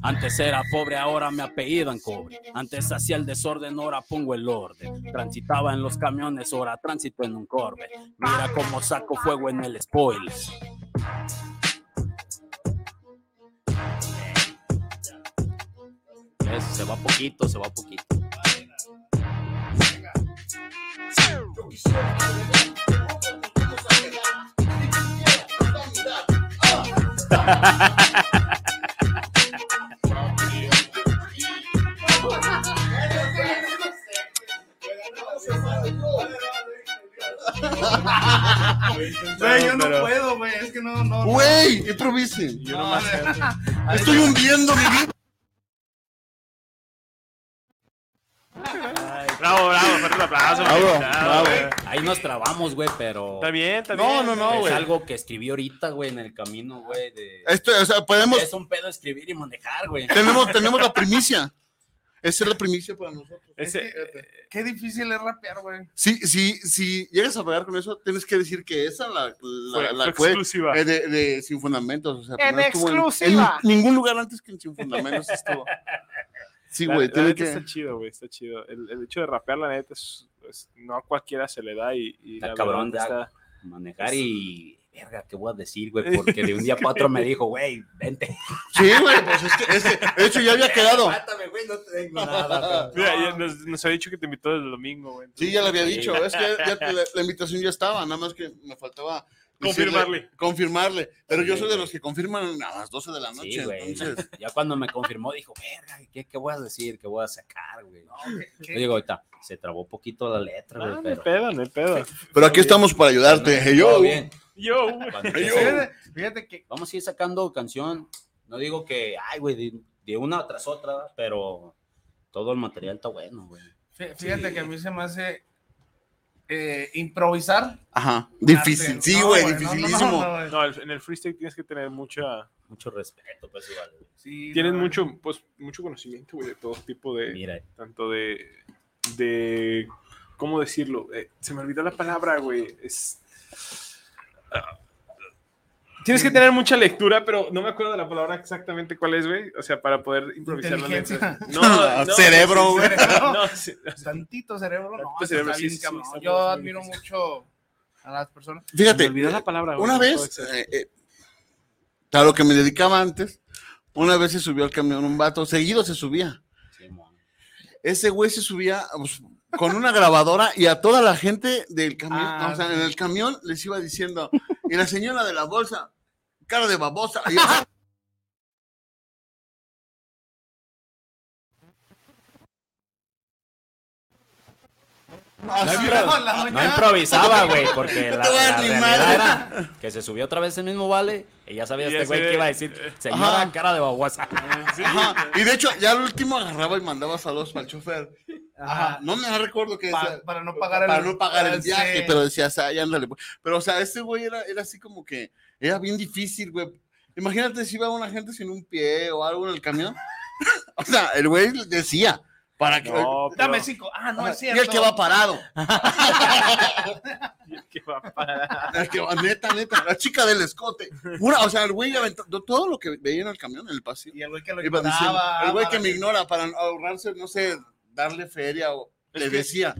[SPEAKER 7] Antes era pobre, ahora me apellidan cobre. Antes hacía el desorden, ahora pongo el orden. Transitaba en los camiones, ahora tránsito en un corbe. Mira cómo saco fuego en el spoiler. Ves, Se va poquito, se va poquito.
[SPEAKER 6] Güey, yo no
[SPEAKER 5] Pero- Uh,
[SPEAKER 6] puedo, güey. Es que no, no. no.
[SPEAKER 8] Güey, improvisen.
[SPEAKER 5] Yo nomás.
[SPEAKER 8] Estoy hundiendo mi vida.
[SPEAKER 5] Bravo, bravo, fuerte el aplauso.
[SPEAKER 8] Bravo,
[SPEAKER 5] bravo.
[SPEAKER 8] bravo.
[SPEAKER 7] Ahí nos trabamos, güey, pero.
[SPEAKER 5] Está bien, está
[SPEAKER 8] No,
[SPEAKER 5] bien.
[SPEAKER 8] no, no,
[SPEAKER 7] es
[SPEAKER 8] güey.
[SPEAKER 7] algo que escribí ahorita, güey, en el camino, güey. de-
[SPEAKER 8] Esto, o sea, podemos,
[SPEAKER 7] Es un pedo escribir y manejar, güey.
[SPEAKER 8] tenemos, tenemos la primicia. Esa es la primicia para nosotros.
[SPEAKER 5] Ese- eh,
[SPEAKER 6] Qué difícil es rapear, güey.
[SPEAKER 8] Si, si, si llegas a pagar con eso, tienes que decir que esa la, la,
[SPEAKER 5] fue-
[SPEAKER 8] la
[SPEAKER 5] fue
[SPEAKER 8] fue,
[SPEAKER 5] exclusiva.
[SPEAKER 8] eh, de, de Sin Fundamentos. O sea,
[SPEAKER 6] En
[SPEAKER 8] no estuvo
[SPEAKER 6] exclusiva.
[SPEAKER 8] en ningún lugar antes que en Sin Fundamentos estuvo. Sí,
[SPEAKER 5] La-
[SPEAKER 8] güey,
[SPEAKER 5] la
[SPEAKER 8] tiene
[SPEAKER 5] neta
[SPEAKER 8] que.
[SPEAKER 5] Está chido, güey, está chido. El, el hecho de rapear, la neta, es, es- no a cualquiera se le da y, y
[SPEAKER 7] Está
[SPEAKER 5] la
[SPEAKER 7] cabrón,
[SPEAKER 5] verdad
[SPEAKER 7] ya. Manejar y. Verga, ¿qué voy a decir, güey? Porque de un día para otro me dijo, güey, vente.
[SPEAKER 8] Sí, güey, pues es que, es que, de hecho, ya había quedado.
[SPEAKER 7] Mátame, güey, no te tengo nada. pero-
[SPEAKER 5] Mira,
[SPEAKER 6] Ah.
[SPEAKER 5] ya nos, nos ha dicho que te invitó desde el domingo, güey.
[SPEAKER 8] Sí, ya le había dicho. Es que ya te- la, la invitación ya estaba, nada más que me faltaba. decirle-
[SPEAKER 5] Confirmarle.
[SPEAKER 8] confirmarle. Pero yo
[SPEAKER 7] Sí,
[SPEAKER 8] soy de
[SPEAKER 7] güey.
[SPEAKER 8] los que confirman a las 12 de la noche.
[SPEAKER 7] Sí, güey.
[SPEAKER 8] entonces,
[SPEAKER 7] Ya cuando me confirmó, dijo, verga, ¿qué, ¿qué voy a decir? ¿Qué voy a sacar, güey? Yo digo, ahorita, se trabó poquito la letra,
[SPEAKER 5] Ah,
[SPEAKER 7] güey,
[SPEAKER 5] no hay
[SPEAKER 7] pero.
[SPEAKER 5] pedo, no hay pedo.
[SPEAKER 8] pero aquí estamos para ayudarte. Hey, yo.
[SPEAKER 7] Todo bien.
[SPEAKER 5] Yo, güey.
[SPEAKER 7] Cuando empiece-
[SPEAKER 6] Fíjate, fíjate que.
[SPEAKER 7] vamos a ir sacando canción. No digo que, ay, güey, de, de una tras otra, pero todo el material está bueno, güey.
[SPEAKER 6] fí- Fíjate
[SPEAKER 7] Sí.
[SPEAKER 6] que a mí se me hace. eh, improvisar.
[SPEAKER 8] Ajá. Difícil.
[SPEAKER 6] arte.
[SPEAKER 8] Sí,
[SPEAKER 6] No,
[SPEAKER 8] güey,
[SPEAKER 6] no, no,
[SPEAKER 8] dificilísimo.
[SPEAKER 6] no, no,
[SPEAKER 5] No, el- en el freestyle tienes que tener mucha.
[SPEAKER 7] Mucho respeto, pues igual. güey.
[SPEAKER 6] sí,
[SPEAKER 5] Tienes
[SPEAKER 6] no,
[SPEAKER 5] mucho, pues, mucho conocimiento, güey, de todo tipo de.
[SPEAKER 7] Mira,
[SPEAKER 5] Tanto de. de ¿Cómo decirlo? Eh, se me olvidó la palabra, güey. Es. Ah. Tienes que tener mucha lectura, pero no me acuerdo de la palabra exactamente cuál es, güey. O sea, para poder improvisar la letra.
[SPEAKER 6] Inteligencia.
[SPEAKER 5] No, no, no,
[SPEAKER 8] Cerebro, güey.
[SPEAKER 5] No, no, sí,
[SPEAKER 6] Tantito cerebro. No,
[SPEAKER 5] Tantito
[SPEAKER 6] está
[SPEAKER 5] cerebro, sí,
[SPEAKER 6] bien,
[SPEAKER 5] sí, sí,
[SPEAKER 6] cabrón.
[SPEAKER 5] está
[SPEAKER 6] Yo
[SPEAKER 5] muy
[SPEAKER 6] admiro
[SPEAKER 5] difícil.
[SPEAKER 6] mucho a las personas.
[SPEAKER 5] me
[SPEAKER 8] Fíjate,
[SPEAKER 5] olvidó la palabra, güey.
[SPEAKER 8] una
[SPEAKER 5] no
[SPEAKER 8] vez,
[SPEAKER 5] puede ser.
[SPEAKER 8] eh, eh, a lo que me dedicaba antes, una vez se subió al camión un vato, seguido se subía.
[SPEAKER 7] sí, mon.
[SPEAKER 8] Ese güey se subía pues, con una grabadora y a toda la gente del camión,
[SPEAKER 6] Ah,
[SPEAKER 8] o sea, en
[SPEAKER 6] sí.
[SPEAKER 8] el camión les iba diciendo, y la señora de la bolsa, cara de babosa. y yo-
[SPEAKER 7] No,
[SPEAKER 8] Así,
[SPEAKER 7] impro-
[SPEAKER 6] no, la Ah,
[SPEAKER 7] no
[SPEAKER 6] doña.
[SPEAKER 7] improvisaba, güey, porque
[SPEAKER 8] No
[SPEAKER 7] la,
[SPEAKER 8] te voy a
[SPEAKER 7] la
[SPEAKER 8] ni
[SPEAKER 7] realidad
[SPEAKER 8] madre.
[SPEAKER 7] era que se subió otra vez el mismo vale y ya sabía
[SPEAKER 5] Y
[SPEAKER 7] este
[SPEAKER 5] así
[SPEAKER 7] güey
[SPEAKER 5] de-
[SPEAKER 7] que iba a decir, señora,
[SPEAKER 8] Ajá.
[SPEAKER 7] cara de baguaza.
[SPEAKER 8] Ajá. Y de hecho, ya al último agarraba y mandaba saludos para el chofer. Ajá.
[SPEAKER 6] Ajá.
[SPEAKER 8] No me recuerdo que
[SPEAKER 6] Pa- para no pagar el
[SPEAKER 8] para no pagar el
[SPEAKER 6] sí.
[SPEAKER 8] viaje, pero decía, ay, ándale. pues". Pero, o sea, este güey era, era así como que era bien difícil, güey. Imagínate si iba una gente sin un pie o algo en el camión. o sea, el güey decía, para que.
[SPEAKER 5] No, pero-
[SPEAKER 6] Dame cinco. Ah, no, es
[SPEAKER 8] y
[SPEAKER 6] cierto.
[SPEAKER 8] el que va parado.
[SPEAKER 5] ¿Qué va a parar?
[SPEAKER 8] El que va, neta, neta. La chica del escote. Pura- o sea, el güey aventando todo lo que veía en el camión, en el pasillo.
[SPEAKER 6] Y el güey que lo
[SPEAKER 8] Iba diciendo,
[SPEAKER 6] ignoraba.
[SPEAKER 8] el güey
[SPEAKER 6] para
[SPEAKER 8] que me ignora para ahorrarse, no sé, darle feria o
[SPEAKER 5] Es
[SPEAKER 8] le
[SPEAKER 5] que-
[SPEAKER 8] decía.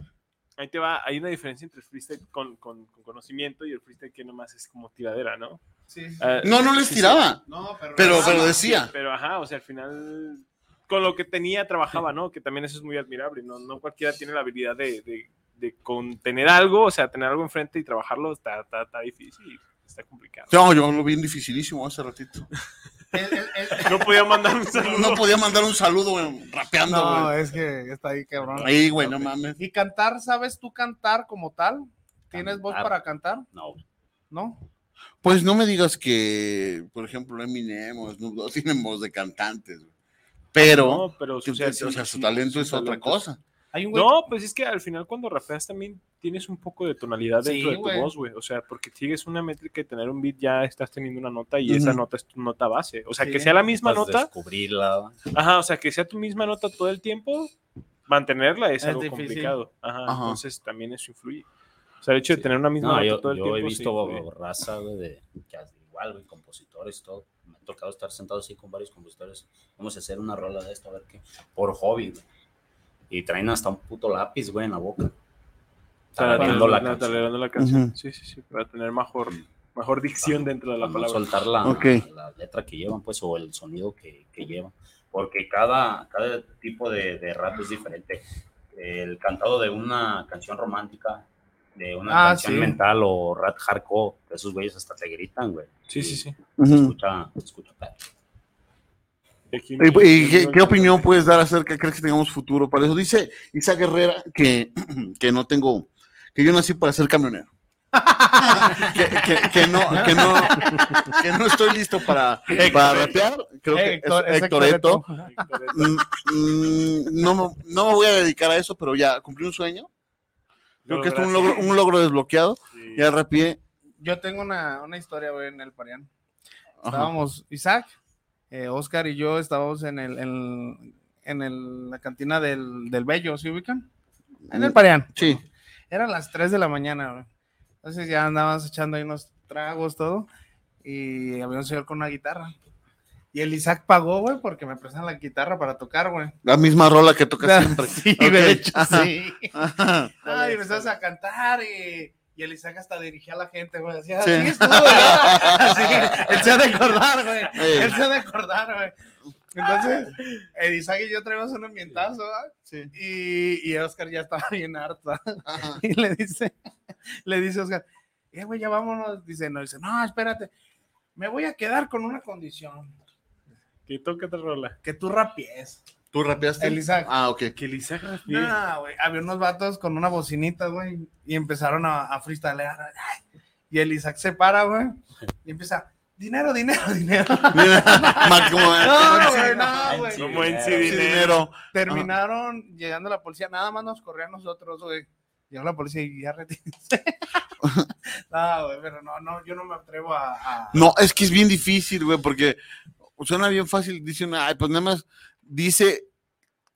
[SPEAKER 5] Ahí te va, hay una diferencia entre el freestyle con, con- con conocimiento y el freestyle que nomás es como tiradera, ¿no?
[SPEAKER 6] Sí, sí.
[SPEAKER 5] Ah,
[SPEAKER 8] No, no les
[SPEAKER 5] sí,
[SPEAKER 8] tiraba,
[SPEAKER 6] No, pero.
[SPEAKER 8] pero,
[SPEAKER 6] Ah,
[SPEAKER 8] pero
[SPEAKER 6] no.
[SPEAKER 8] decía.
[SPEAKER 5] Pero ajá, o sea, al final con lo que tenía trabajaba, ¿no? Que también eso es muy admirable, ¿no? No cualquiera tiene la habilidad de, de, de contener algo, o sea, tener algo enfrente y trabajarlo está, está, está difícil, está complicado.
[SPEAKER 8] No, yo lo vi dificilísimo hace ratito.
[SPEAKER 6] El- el- el-
[SPEAKER 5] No podía mandar un
[SPEAKER 8] No,
[SPEAKER 5] saludo.
[SPEAKER 8] no podía mandar un saludo güey, rapeando,
[SPEAKER 6] No,
[SPEAKER 8] güey.
[SPEAKER 6] es que está ahí, cabrón.
[SPEAKER 8] Ahí, güey, eh, no mames.
[SPEAKER 6] ¿Y cantar, sabes tú cantar como tal? ¿Tienes voz
[SPEAKER 7] Cantar.
[SPEAKER 6] para cantar?
[SPEAKER 7] No,
[SPEAKER 6] ¿No?
[SPEAKER 8] Pues no me digas que, por ejemplo, Eminem o Snoop Dogg tienen voz de cantantes, güey. Pero,
[SPEAKER 5] No, pero o
[SPEAKER 8] o sea,
[SPEAKER 5] sí,
[SPEAKER 8] su
[SPEAKER 5] sí,
[SPEAKER 8] talento
[SPEAKER 5] su
[SPEAKER 8] es otra
[SPEAKER 5] talento.
[SPEAKER 8] cosa.
[SPEAKER 6] Hay un güey.
[SPEAKER 5] No, pues es que al final cuando rapeas también tienes un poco de tonalidad
[SPEAKER 6] Sí,
[SPEAKER 5] dentro de tu
[SPEAKER 6] güey.
[SPEAKER 5] voz, güey. O sea, porque sigues una métrica y tener un beat ya estás teniendo una nota y
[SPEAKER 8] Ujú.
[SPEAKER 5] esa nota es tu nota base. O sea,
[SPEAKER 6] Sí.
[SPEAKER 5] que sea la misma
[SPEAKER 7] vas a
[SPEAKER 5] nota,
[SPEAKER 7] pues, descubrirla.
[SPEAKER 5] ajá, o sea, que sea tu misma nota todo el tiempo, mantenerla es,
[SPEAKER 6] Es
[SPEAKER 5] algo
[SPEAKER 6] difícil.
[SPEAKER 5] complicado. Ajá,
[SPEAKER 8] Ajá.
[SPEAKER 5] entonces también eso influye. O sea, el hecho de
[SPEAKER 7] Sí.
[SPEAKER 5] tener una misma
[SPEAKER 7] No,
[SPEAKER 5] nota
[SPEAKER 7] yo,
[SPEAKER 5] todo el
[SPEAKER 7] yo
[SPEAKER 5] tiempo.
[SPEAKER 7] he
[SPEAKER 5] sí
[SPEAKER 7] visto
[SPEAKER 5] influye.
[SPEAKER 7] bo- raza, güey, de, que hace igual, güey, compositores, todo. Me ha tocado estar sentado así con varios compositores. Vamos a hacer una rola de esto, a ver qué. Por hobby, güey. Y traen hasta un puto lápiz, güey, en la boca. Tarareando la
[SPEAKER 5] Tarareando-
[SPEAKER 7] canción.
[SPEAKER 5] tarareando la canción.
[SPEAKER 8] Ujú.
[SPEAKER 5] Sí, sí, sí, para tener mejor, mejor dicción dentro de la
[SPEAKER 7] para no
[SPEAKER 5] palabra.
[SPEAKER 7] soltar la,
[SPEAKER 8] Ok.
[SPEAKER 7] la letra que llevan, pues, o el sonido que, que llevan. Porque cada, cada tipo de, de rap es diferente. El cantado de una canción romántica, de una
[SPEAKER 6] Ah,
[SPEAKER 7] canción
[SPEAKER 6] sí.
[SPEAKER 7] mental o rap hardcore, esos güeyes hasta te gritan, güey.
[SPEAKER 5] Sí, sí, sí.
[SPEAKER 7] Se
[SPEAKER 8] Ujú.
[SPEAKER 7] escucha, se escucha perro.
[SPEAKER 5] Y aquí-
[SPEAKER 8] ¿Y, y qué, qué
[SPEAKER 5] aquí-
[SPEAKER 8] opinión puedes dar acerca? ¿Crees que tengamos futuro para eso? Dice Isa Guerrera que, que no tengo, que yo nací para ser camionero. que, que- que no, que, no, que no estoy listo para, para rapear. Creo que
[SPEAKER 6] "Eh, Héctor,
[SPEAKER 8] es
[SPEAKER 6] es
[SPEAKER 8] Héctor
[SPEAKER 6] Héctor
[SPEAKER 8] Eto. Mm, mm, no, me- no me voy a dedicar a eso, pero ya cumplí un sueño. Creo
[SPEAKER 5] Lo
[SPEAKER 8] que es un
[SPEAKER 5] lograste.
[SPEAKER 8] logro, un logro desbloqueado.
[SPEAKER 5] Sí.
[SPEAKER 8] Ya rapié.
[SPEAKER 6] Yo tengo una, una historia, güey, en el Parián.
[SPEAKER 8] Ajá.
[SPEAKER 6] Estábamos, Isaac, eh, Oscar y yo estábamos en el, en, en el- la cantina del, del Bello, ¿sí ubican? En el Parián.
[SPEAKER 8] Sí.
[SPEAKER 6] Eran las 3 de la mañana, güey. Entonces ya andábamos echando ahí unos tragos, todo. Y había un señor con una guitarra. Y el Isaac pagó, güey, porque me prestan la guitarra para tocar, güey.
[SPEAKER 8] La misma rola que toca
[SPEAKER 6] Ah,
[SPEAKER 8] siempre.
[SPEAKER 6] Sí,
[SPEAKER 8] Ok.
[SPEAKER 6] de hecho,
[SPEAKER 8] Ajá.
[SPEAKER 6] sí.
[SPEAKER 8] Ajá.
[SPEAKER 6] Ay, empezamos a cantar y, y el Isaac hasta dirigía a la gente, güey. Así,
[SPEAKER 8] Sí.
[SPEAKER 6] así estuvo, ¿verdad? Así, él se ha de acordar, güey.
[SPEAKER 8] Eh.
[SPEAKER 6] Él se ha de acordar, güey. Entonces, el Isaac y yo traíamos un ambientazo, ¿verdad?
[SPEAKER 8] Sí.
[SPEAKER 6] Y, y Oscar ya estaba bien harto.
[SPEAKER 8] Ajá.
[SPEAKER 6] Y le dice, le dice Oscar, eh, güey, ya vámonos. Dice, no, dice, no, espérate. Me voy a quedar con una condición,
[SPEAKER 5] Que toque otra rola.
[SPEAKER 6] que tú rapies.
[SPEAKER 8] ¿Tú rapeaste?
[SPEAKER 6] El Isaac.
[SPEAKER 8] Ah, ok.
[SPEAKER 5] Que Lisa Garfield.
[SPEAKER 6] No, güey, había unos vatos con una bocinita, güey, y empezaron a, a freestylear. ay, Y el Isaac se para, güey, y empieza, dinero, dinero, dinero.
[SPEAKER 8] Más como-
[SPEAKER 6] No, güey, no, güey.
[SPEAKER 5] Como en sí,
[SPEAKER 7] Sí,
[SPEAKER 8] Sí,
[SPEAKER 5] dinero.
[SPEAKER 8] dinero.
[SPEAKER 6] Terminaron llegando la policía, nada más nos corría a nosotros, güey. Llegó la policía y ya retírense. no, güey, pero no, no, yo no me atrevo a... a-
[SPEAKER 8] No, es que es bien difícil, güey, porque suena bien fácil. Dice una, ay, pues nada más dice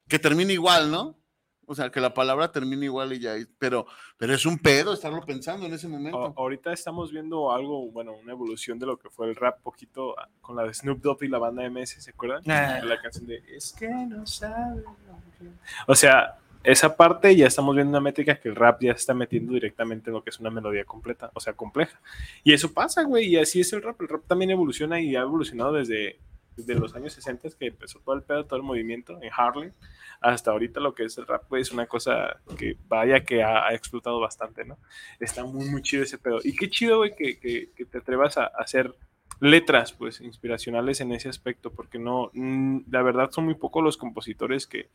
[SPEAKER 8] que termina igual, ¿no? O sea, que la palabra termina igual y ya. Pero, pero es un pedo estarlo pensando en ese
[SPEAKER 5] A-
[SPEAKER 8] momento.
[SPEAKER 5] Ahorita estamos viendo algo, bueno, una evolución de lo que fue el rap poquito ah, con la de Snoop Dogg y la banda MS, ¿se acuerdan?
[SPEAKER 6] Ah.
[SPEAKER 5] La canción de Es que no sabe. lo que-". O sea, esa parte ya estamos viendo una métrica que el rap ya se está metiendo directamente en lo que es una melodía completa, o sea, compleja. Y eso pasa, güey, y así es el rap. El rap también evoluciona y ha evolucionado desde, desde los años 60 que empezó todo el pedo, todo el movimiento en Harlem, hasta ahorita lo que es el rap, güey, es una cosa que vaya que ha- ha explotado bastante, ¿no? está muy, muy chido ese pedo. Y qué chido, güey, que, que- que te atrevas a, a hacer letras, pues, inspiracionales en ese aspecto, porque no, mm, la verdad son muy pocos los compositores que,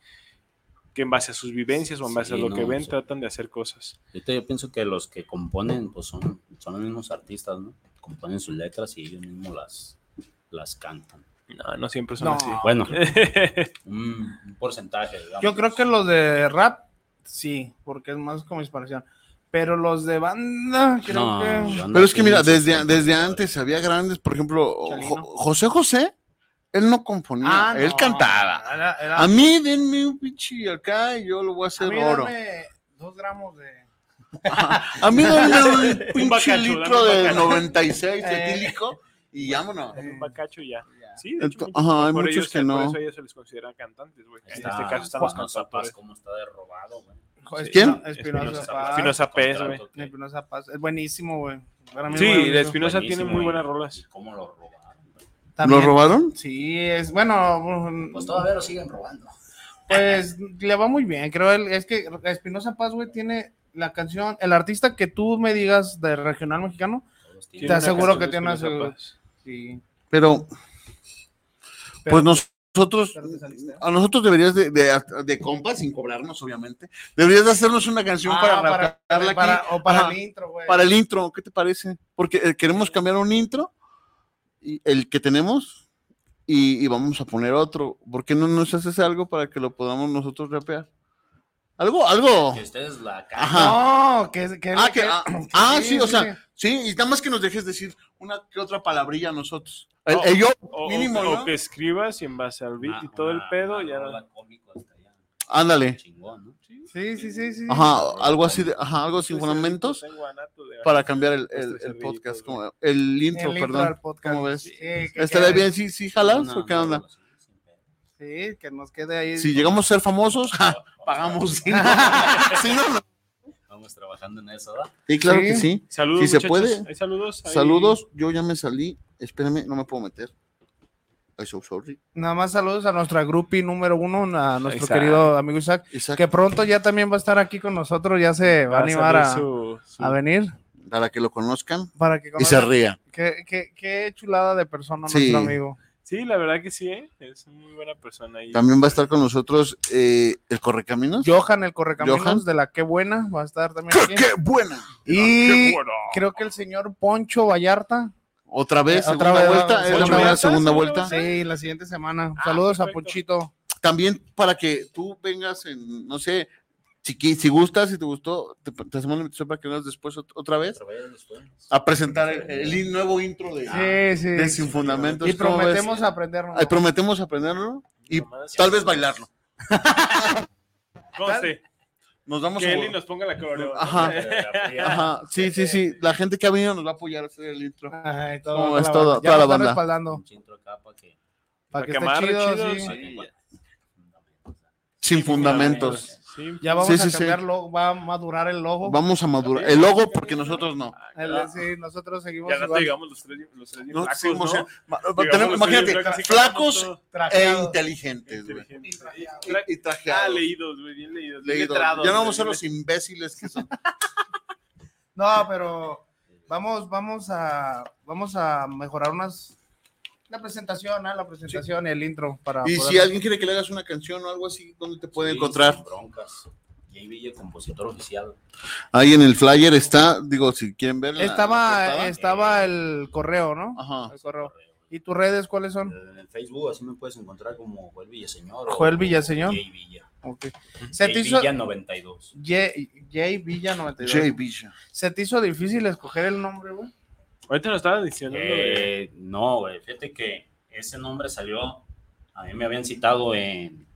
[SPEAKER 5] que en base a sus vivencias o en base
[SPEAKER 7] Sí,
[SPEAKER 5] a lo
[SPEAKER 7] no,
[SPEAKER 5] que ven
[SPEAKER 7] sí.
[SPEAKER 5] tratan de hacer cosas.
[SPEAKER 7] Ahorita yo pienso que los que componen pues son, son los mismos artistas, ¿no? Componen sus letras y ellos mismos las, las cantan.
[SPEAKER 5] No, no siempre son
[SPEAKER 6] No.
[SPEAKER 5] así.
[SPEAKER 7] Bueno, un, un porcentaje, digamos.
[SPEAKER 6] Ah, Yo creo que los de rap, sí, porque es más como expansión. Pero los de banda, creo
[SPEAKER 7] No,
[SPEAKER 6] que.
[SPEAKER 7] banda
[SPEAKER 8] Pero es que
[SPEAKER 7] tiene
[SPEAKER 8] mira,
[SPEAKER 7] sus
[SPEAKER 8] desde,
[SPEAKER 7] componentes.
[SPEAKER 8] desde antes había grandes, por ejemplo,
[SPEAKER 6] Chalino.
[SPEAKER 8] Jo- José José, él no componía,
[SPEAKER 6] Ah,
[SPEAKER 8] él
[SPEAKER 6] no.
[SPEAKER 8] cantaba.
[SPEAKER 6] Era- era-
[SPEAKER 8] A mí denme un pinche acá y yo lo voy
[SPEAKER 6] a
[SPEAKER 8] a hacer
[SPEAKER 6] mí
[SPEAKER 8] oro.
[SPEAKER 6] dame dos gramos de.
[SPEAKER 8] A mí denme un
[SPEAKER 5] bacacho,
[SPEAKER 8] pinche
[SPEAKER 5] dame un
[SPEAKER 8] litro de
[SPEAKER 5] bacacho.
[SPEAKER 8] 96
[SPEAKER 6] Eh.
[SPEAKER 8] etílico y vámonos.
[SPEAKER 5] Es un bacacho y ya. Sí, de hecho,
[SPEAKER 8] Ento- ajá, hay
[SPEAKER 5] por
[SPEAKER 8] muchos
[SPEAKER 5] ellos-
[SPEAKER 8] que
[SPEAKER 5] por
[SPEAKER 8] no.
[SPEAKER 5] eso a ellos se les considera cantantes, güey. En este
[SPEAKER 7] Está
[SPEAKER 5] caso están los
[SPEAKER 7] Juan
[SPEAKER 5] cantantes.
[SPEAKER 7] Zapas, cómo está derrobado, güey.
[SPEAKER 6] Joder,
[SPEAKER 8] ¿Pues ¿Quién?
[SPEAKER 6] Espino- Espinosa
[SPEAKER 7] Espinosa
[SPEAKER 6] Paz.
[SPEAKER 5] Espinosa Paz, güey.
[SPEAKER 7] Contrato que-
[SPEAKER 6] Espinosa Paz. Es buenísimo, güey. Para mí
[SPEAKER 5] Sí,
[SPEAKER 6] es buenísimo.
[SPEAKER 5] de Espinosa tiene
[SPEAKER 7] Buenísimo,
[SPEAKER 5] muy
[SPEAKER 7] y-
[SPEAKER 5] buenas rolas.
[SPEAKER 7] y ¿Cómo lo robaron? güey.
[SPEAKER 8] ¿Lo
[SPEAKER 6] También-
[SPEAKER 8] robaron?
[SPEAKER 6] Sí, es bueno. mm,
[SPEAKER 7] Pues todavía lo siguen robando.
[SPEAKER 6] Pues le va muy bien, creo. él- es que Espinosa Paz, güey, tiene la canción. El artista que tú me digas de regional mexicano.
[SPEAKER 7] Todos
[SPEAKER 5] Tiene
[SPEAKER 7] tienen-
[SPEAKER 5] una
[SPEAKER 6] aseguro
[SPEAKER 5] canción
[SPEAKER 6] que
[SPEAKER 5] de
[SPEAKER 6] tiene
[SPEAKER 5] Espinosa
[SPEAKER 6] aseguro.
[SPEAKER 5] Paz.
[SPEAKER 6] Sí.
[SPEAKER 8] Pero,
[SPEAKER 6] Pero-
[SPEAKER 8] pues nosotros,
[SPEAKER 6] Pero te saliste.
[SPEAKER 8] a nosotros deberías de, de, de compas, sin cobrarnos, obviamente, deberías de hacernos una canción
[SPEAKER 6] Ah,
[SPEAKER 8] para,
[SPEAKER 6] para,
[SPEAKER 8] rapearla aquí,
[SPEAKER 6] para- o para
[SPEAKER 8] Ajá.
[SPEAKER 6] el intro, güey.
[SPEAKER 8] para el intro, ¿qué te parece? Porque eh, queremos cambiar un intro, y el que tenemos, y, y vamos a poner otro. ¿Por qué no nos haces algo para que lo podamos nosotros rapear? Algo, algo.
[SPEAKER 7] Que ustedes la
[SPEAKER 8] Ajá.
[SPEAKER 6] No, que, que,
[SPEAKER 8] Ah, que- ah, ah, sí, o
[SPEAKER 6] sí.
[SPEAKER 8] sea, sí, y nada más que nos dejes decir una que otra palabrilla a nosotros. El-
[SPEAKER 5] Oh.
[SPEAKER 8] el yo,
[SPEAKER 5] O,
[SPEAKER 8] Mínimo,
[SPEAKER 5] o-
[SPEAKER 8] ¿no?
[SPEAKER 5] o que escribas y en base al beat y todo el pedo, ya no-
[SPEAKER 8] ándale.
[SPEAKER 7] Chingón, ¿no?
[SPEAKER 6] Sí, sí, sí, sí.
[SPEAKER 8] Ajá, algo así de, ajá, algo sin fundamentos
[SPEAKER 5] Tengo anato de-
[SPEAKER 8] para cambiar el, este el-
[SPEAKER 5] Estos
[SPEAKER 8] el
[SPEAKER 5] cerditos,
[SPEAKER 8] podcast,
[SPEAKER 5] ¿no?
[SPEAKER 8] como el
[SPEAKER 6] El
[SPEAKER 8] intro,
[SPEAKER 6] intro
[SPEAKER 8] perdón.
[SPEAKER 6] al podcast.
[SPEAKER 8] ¿Cómo ves? Este,
[SPEAKER 6] Sí, que
[SPEAKER 8] ¿Estaría
[SPEAKER 6] quede-
[SPEAKER 8] bien si sí, jalas
[SPEAKER 7] No,
[SPEAKER 8] o qué
[SPEAKER 7] no,
[SPEAKER 8] onda?
[SPEAKER 7] no, sí, sí, pero-
[SPEAKER 6] Sí, que nos quede ahí.
[SPEAKER 8] Si llegamos a ser famosos, ja, pagamos. Sí, no, no.
[SPEAKER 7] Vamos trabajando en eso, ¿verdad?
[SPEAKER 8] Sí, claro
[SPEAKER 6] Sí.
[SPEAKER 8] que sí.
[SPEAKER 5] Saludos,
[SPEAKER 8] Si se
[SPEAKER 5] muchachos.
[SPEAKER 8] puede.
[SPEAKER 5] Hay saludos. ahí.
[SPEAKER 8] Saludos, yo ya me salí. Espérame, no me puedo meter. I'm so sorry.
[SPEAKER 6] Nada más saludos a nuestra grupi número uno, a nuestro
[SPEAKER 5] Isaac.
[SPEAKER 6] querido amigo Isaac,
[SPEAKER 8] Isaac,
[SPEAKER 6] que pronto ya también va a estar aquí con nosotros, ya se va a animar
[SPEAKER 5] salir
[SPEAKER 6] a,
[SPEAKER 5] su- su-
[SPEAKER 6] a venir
[SPEAKER 8] para que lo conozcan
[SPEAKER 6] para que
[SPEAKER 8] y se
[SPEAKER 6] conozcan.
[SPEAKER 8] ría.
[SPEAKER 6] Qué, qué- qué chulada de persona
[SPEAKER 8] Sí.
[SPEAKER 6] nuestro amigo.
[SPEAKER 5] Sí, la verdad que sí, ¿eh? es muy buena persona. Y
[SPEAKER 8] También va a estar con nosotros eh, el Correcaminos.
[SPEAKER 6] Johan, el correcaminos
[SPEAKER 8] Johan.
[SPEAKER 6] de la Qué Buena, va a estar también
[SPEAKER 8] ¡Qué,
[SPEAKER 6] aquí.
[SPEAKER 8] qué buena!
[SPEAKER 6] Y
[SPEAKER 5] bueno.
[SPEAKER 6] creo que el señor Poncho Vallarta,
[SPEAKER 8] Otra vez,
[SPEAKER 6] Eh, otra
[SPEAKER 8] segunda
[SPEAKER 6] vez,
[SPEAKER 8] vuelta.
[SPEAKER 6] otra
[SPEAKER 8] Es la
[SPEAKER 6] vez.
[SPEAKER 8] primera
[SPEAKER 5] ¿Otra
[SPEAKER 8] segunda
[SPEAKER 5] vez?
[SPEAKER 8] vuelta.
[SPEAKER 6] sí, la siguiente semana.
[SPEAKER 5] Ah,
[SPEAKER 6] saludos a
[SPEAKER 5] perfecto.
[SPEAKER 6] Ponchito.
[SPEAKER 8] También para que tú vengas en, no sé, si, si gustas, si te gustó, te, te hacemos la invitación para que vengas después ot- otra vez
[SPEAKER 7] Otra vez después.
[SPEAKER 8] a presentar el, el in- nuevo intro de,
[SPEAKER 6] Sí, sí.
[SPEAKER 8] de Sin Fundamentos.
[SPEAKER 6] y
[SPEAKER 8] ¿Cómo ves?
[SPEAKER 6] prometemos aprendernos.
[SPEAKER 8] Ay, prometemos aprenderlo y
[SPEAKER 5] Nomás
[SPEAKER 8] tal vez
[SPEAKER 5] saludos.
[SPEAKER 8] bailarlo.
[SPEAKER 5] Conste,
[SPEAKER 8] Nos vamos
[SPEAKER 5] que
[SPEAKER 8] a-
[SPEAKER 5] Eli nos ponga la coreografía.
[SPEAKER 8] Ajá.
[SPEAKER 5] Coreografía.
[SPEAKER 8] Ajá, sí, sí, sí. La gente que ha venido nos va a apoyar a hacer el intro.
[SPEAKER 6] Ay, todo,
[SPEAKER 8] ¿Cómo
[SPEAKER 6] toda
[SPEAKER 8] ves?
[SPEAKER 6] la
[SPEAKER 8] Todo-
[SPEAKER 6] banda. Ya lo
[SPEAKER 8] toda la
[SPEAKER 6] están
[SPEAKER 8] banda.
[SPEAKER 6] respaldando.
[SPEAKER 7] Un chintro acá para que.
[SPEAKER 6] Para que, esté
[SPEAKER 5] amarre
[SPEAKER 6] chido,
[SPEAKER 5] chido,
[SPEAKER 6] sí.
[SPEAKER 5] sí.
[SPEAKER 7] para que-
[SPEAKER 8] Sin fundamentos.
[SPEAKER 5] Sí.
[SPEAKER 6] Ya vamos
[SPEAKER 8] Sí,
[SPEAKER 6] a
[SPEAKER 8] sí, sí.
[SPEAKER 6] cambiar logo, va a madurar el logo.
[SPEAKER 8] Vamos a madurar. El logo, porque nosotros no.
[SPEAKER 6] El- sí, nosotros seguimos
[SPEAKER 5] Ya al rato
[SPEAKER 6] igual,
[SPEAKER 5] llegamos los tres, los tres bien
[SPEAKER 8] No,
[SPEAKER 5] flacos,
[SPEAKER 8] sí, o sea,
[SPEAKER 5] ¿no?
[SPEAKER 8] ma-
[SPEAKER 5] Llegamos
[SPEAKER 8] tenemos-
[SPEAKER 5] los tres bien
[SPEAKER 8] imagínate,
[SPEAKER 5] y
[SPEAKER 8] flacos
[SPEAKER 5] cantamos todo.
[SPEAKER 8] e
[SPEAKER 6] trajeados.
[SPEAKER 8] inteligentes, güey.
[SPEAKER 5] Tra-
[SPEAKER 8] Y
[SPEAKER 5] Ah,
[SPEAKER 8] trajeados.
[SPEAKER 5] leídos, güey, bien leídos. bien
[SPEAKER 8] Leído.
[SPEAKER 5] letrados,
[SPEAKER 8] Ya no vamos a ser
[SPEAKER 5] güey,
[SPEAKER 8] los imbéciles que son.
[SPEAKER 6] No, pero vamos, vamos a, vamos a mejorar unas la presentación, ah, la presentación, el intro para.
[SPEAKER 8] Y
[SPEAKER 6] poder-
[SPEAKER 8] si alguien quiere que le hagas una canción o algo así, ¿dónde te puede
[SPEAKER 7] Sí,
[SPEAKER 8] encontrar?
[SPEAKER 7] sin Broncas. Jay Villa, compositor oficial.
[SPEAKER 8] Ahí en el flyer está, digo, si quieren verla.
[SPEAKER 6] estaba, eh,
[SPEAKER 8] la portada.
[SPEAKER 6] estaba el correo, ¿no?
[SPEAKER 8] Ajá.
[SPEAKER 6] El correo. ¿Y tus redes cuáles son?
[SPEAKER 7] En el Facebook así me puedes encontrar como Joel Villaseñor. o
[SPEAKER 6] Joel Villaseñor.
[SPEAKER 7] Jay Villa.
[SPEAKER 6] Ok. Se
[SPEAKER 7] Jay
[SPEAKER 6] te hizo
[SPEAKER 7] Villa 92.
[SPEAKER 6] Ye- Jay Villa 92.
[SPEAKER 8] Jay Villa.
[SPEAKER 6] Se te hizo difícil escoger el nombre, güey.
[SPEAKER 5] Ahorita nos estaban diciendo. güey.
[SPEAKER 7] Eh, no, güey, fíjate que ese nombre salió, a mí me habían citado en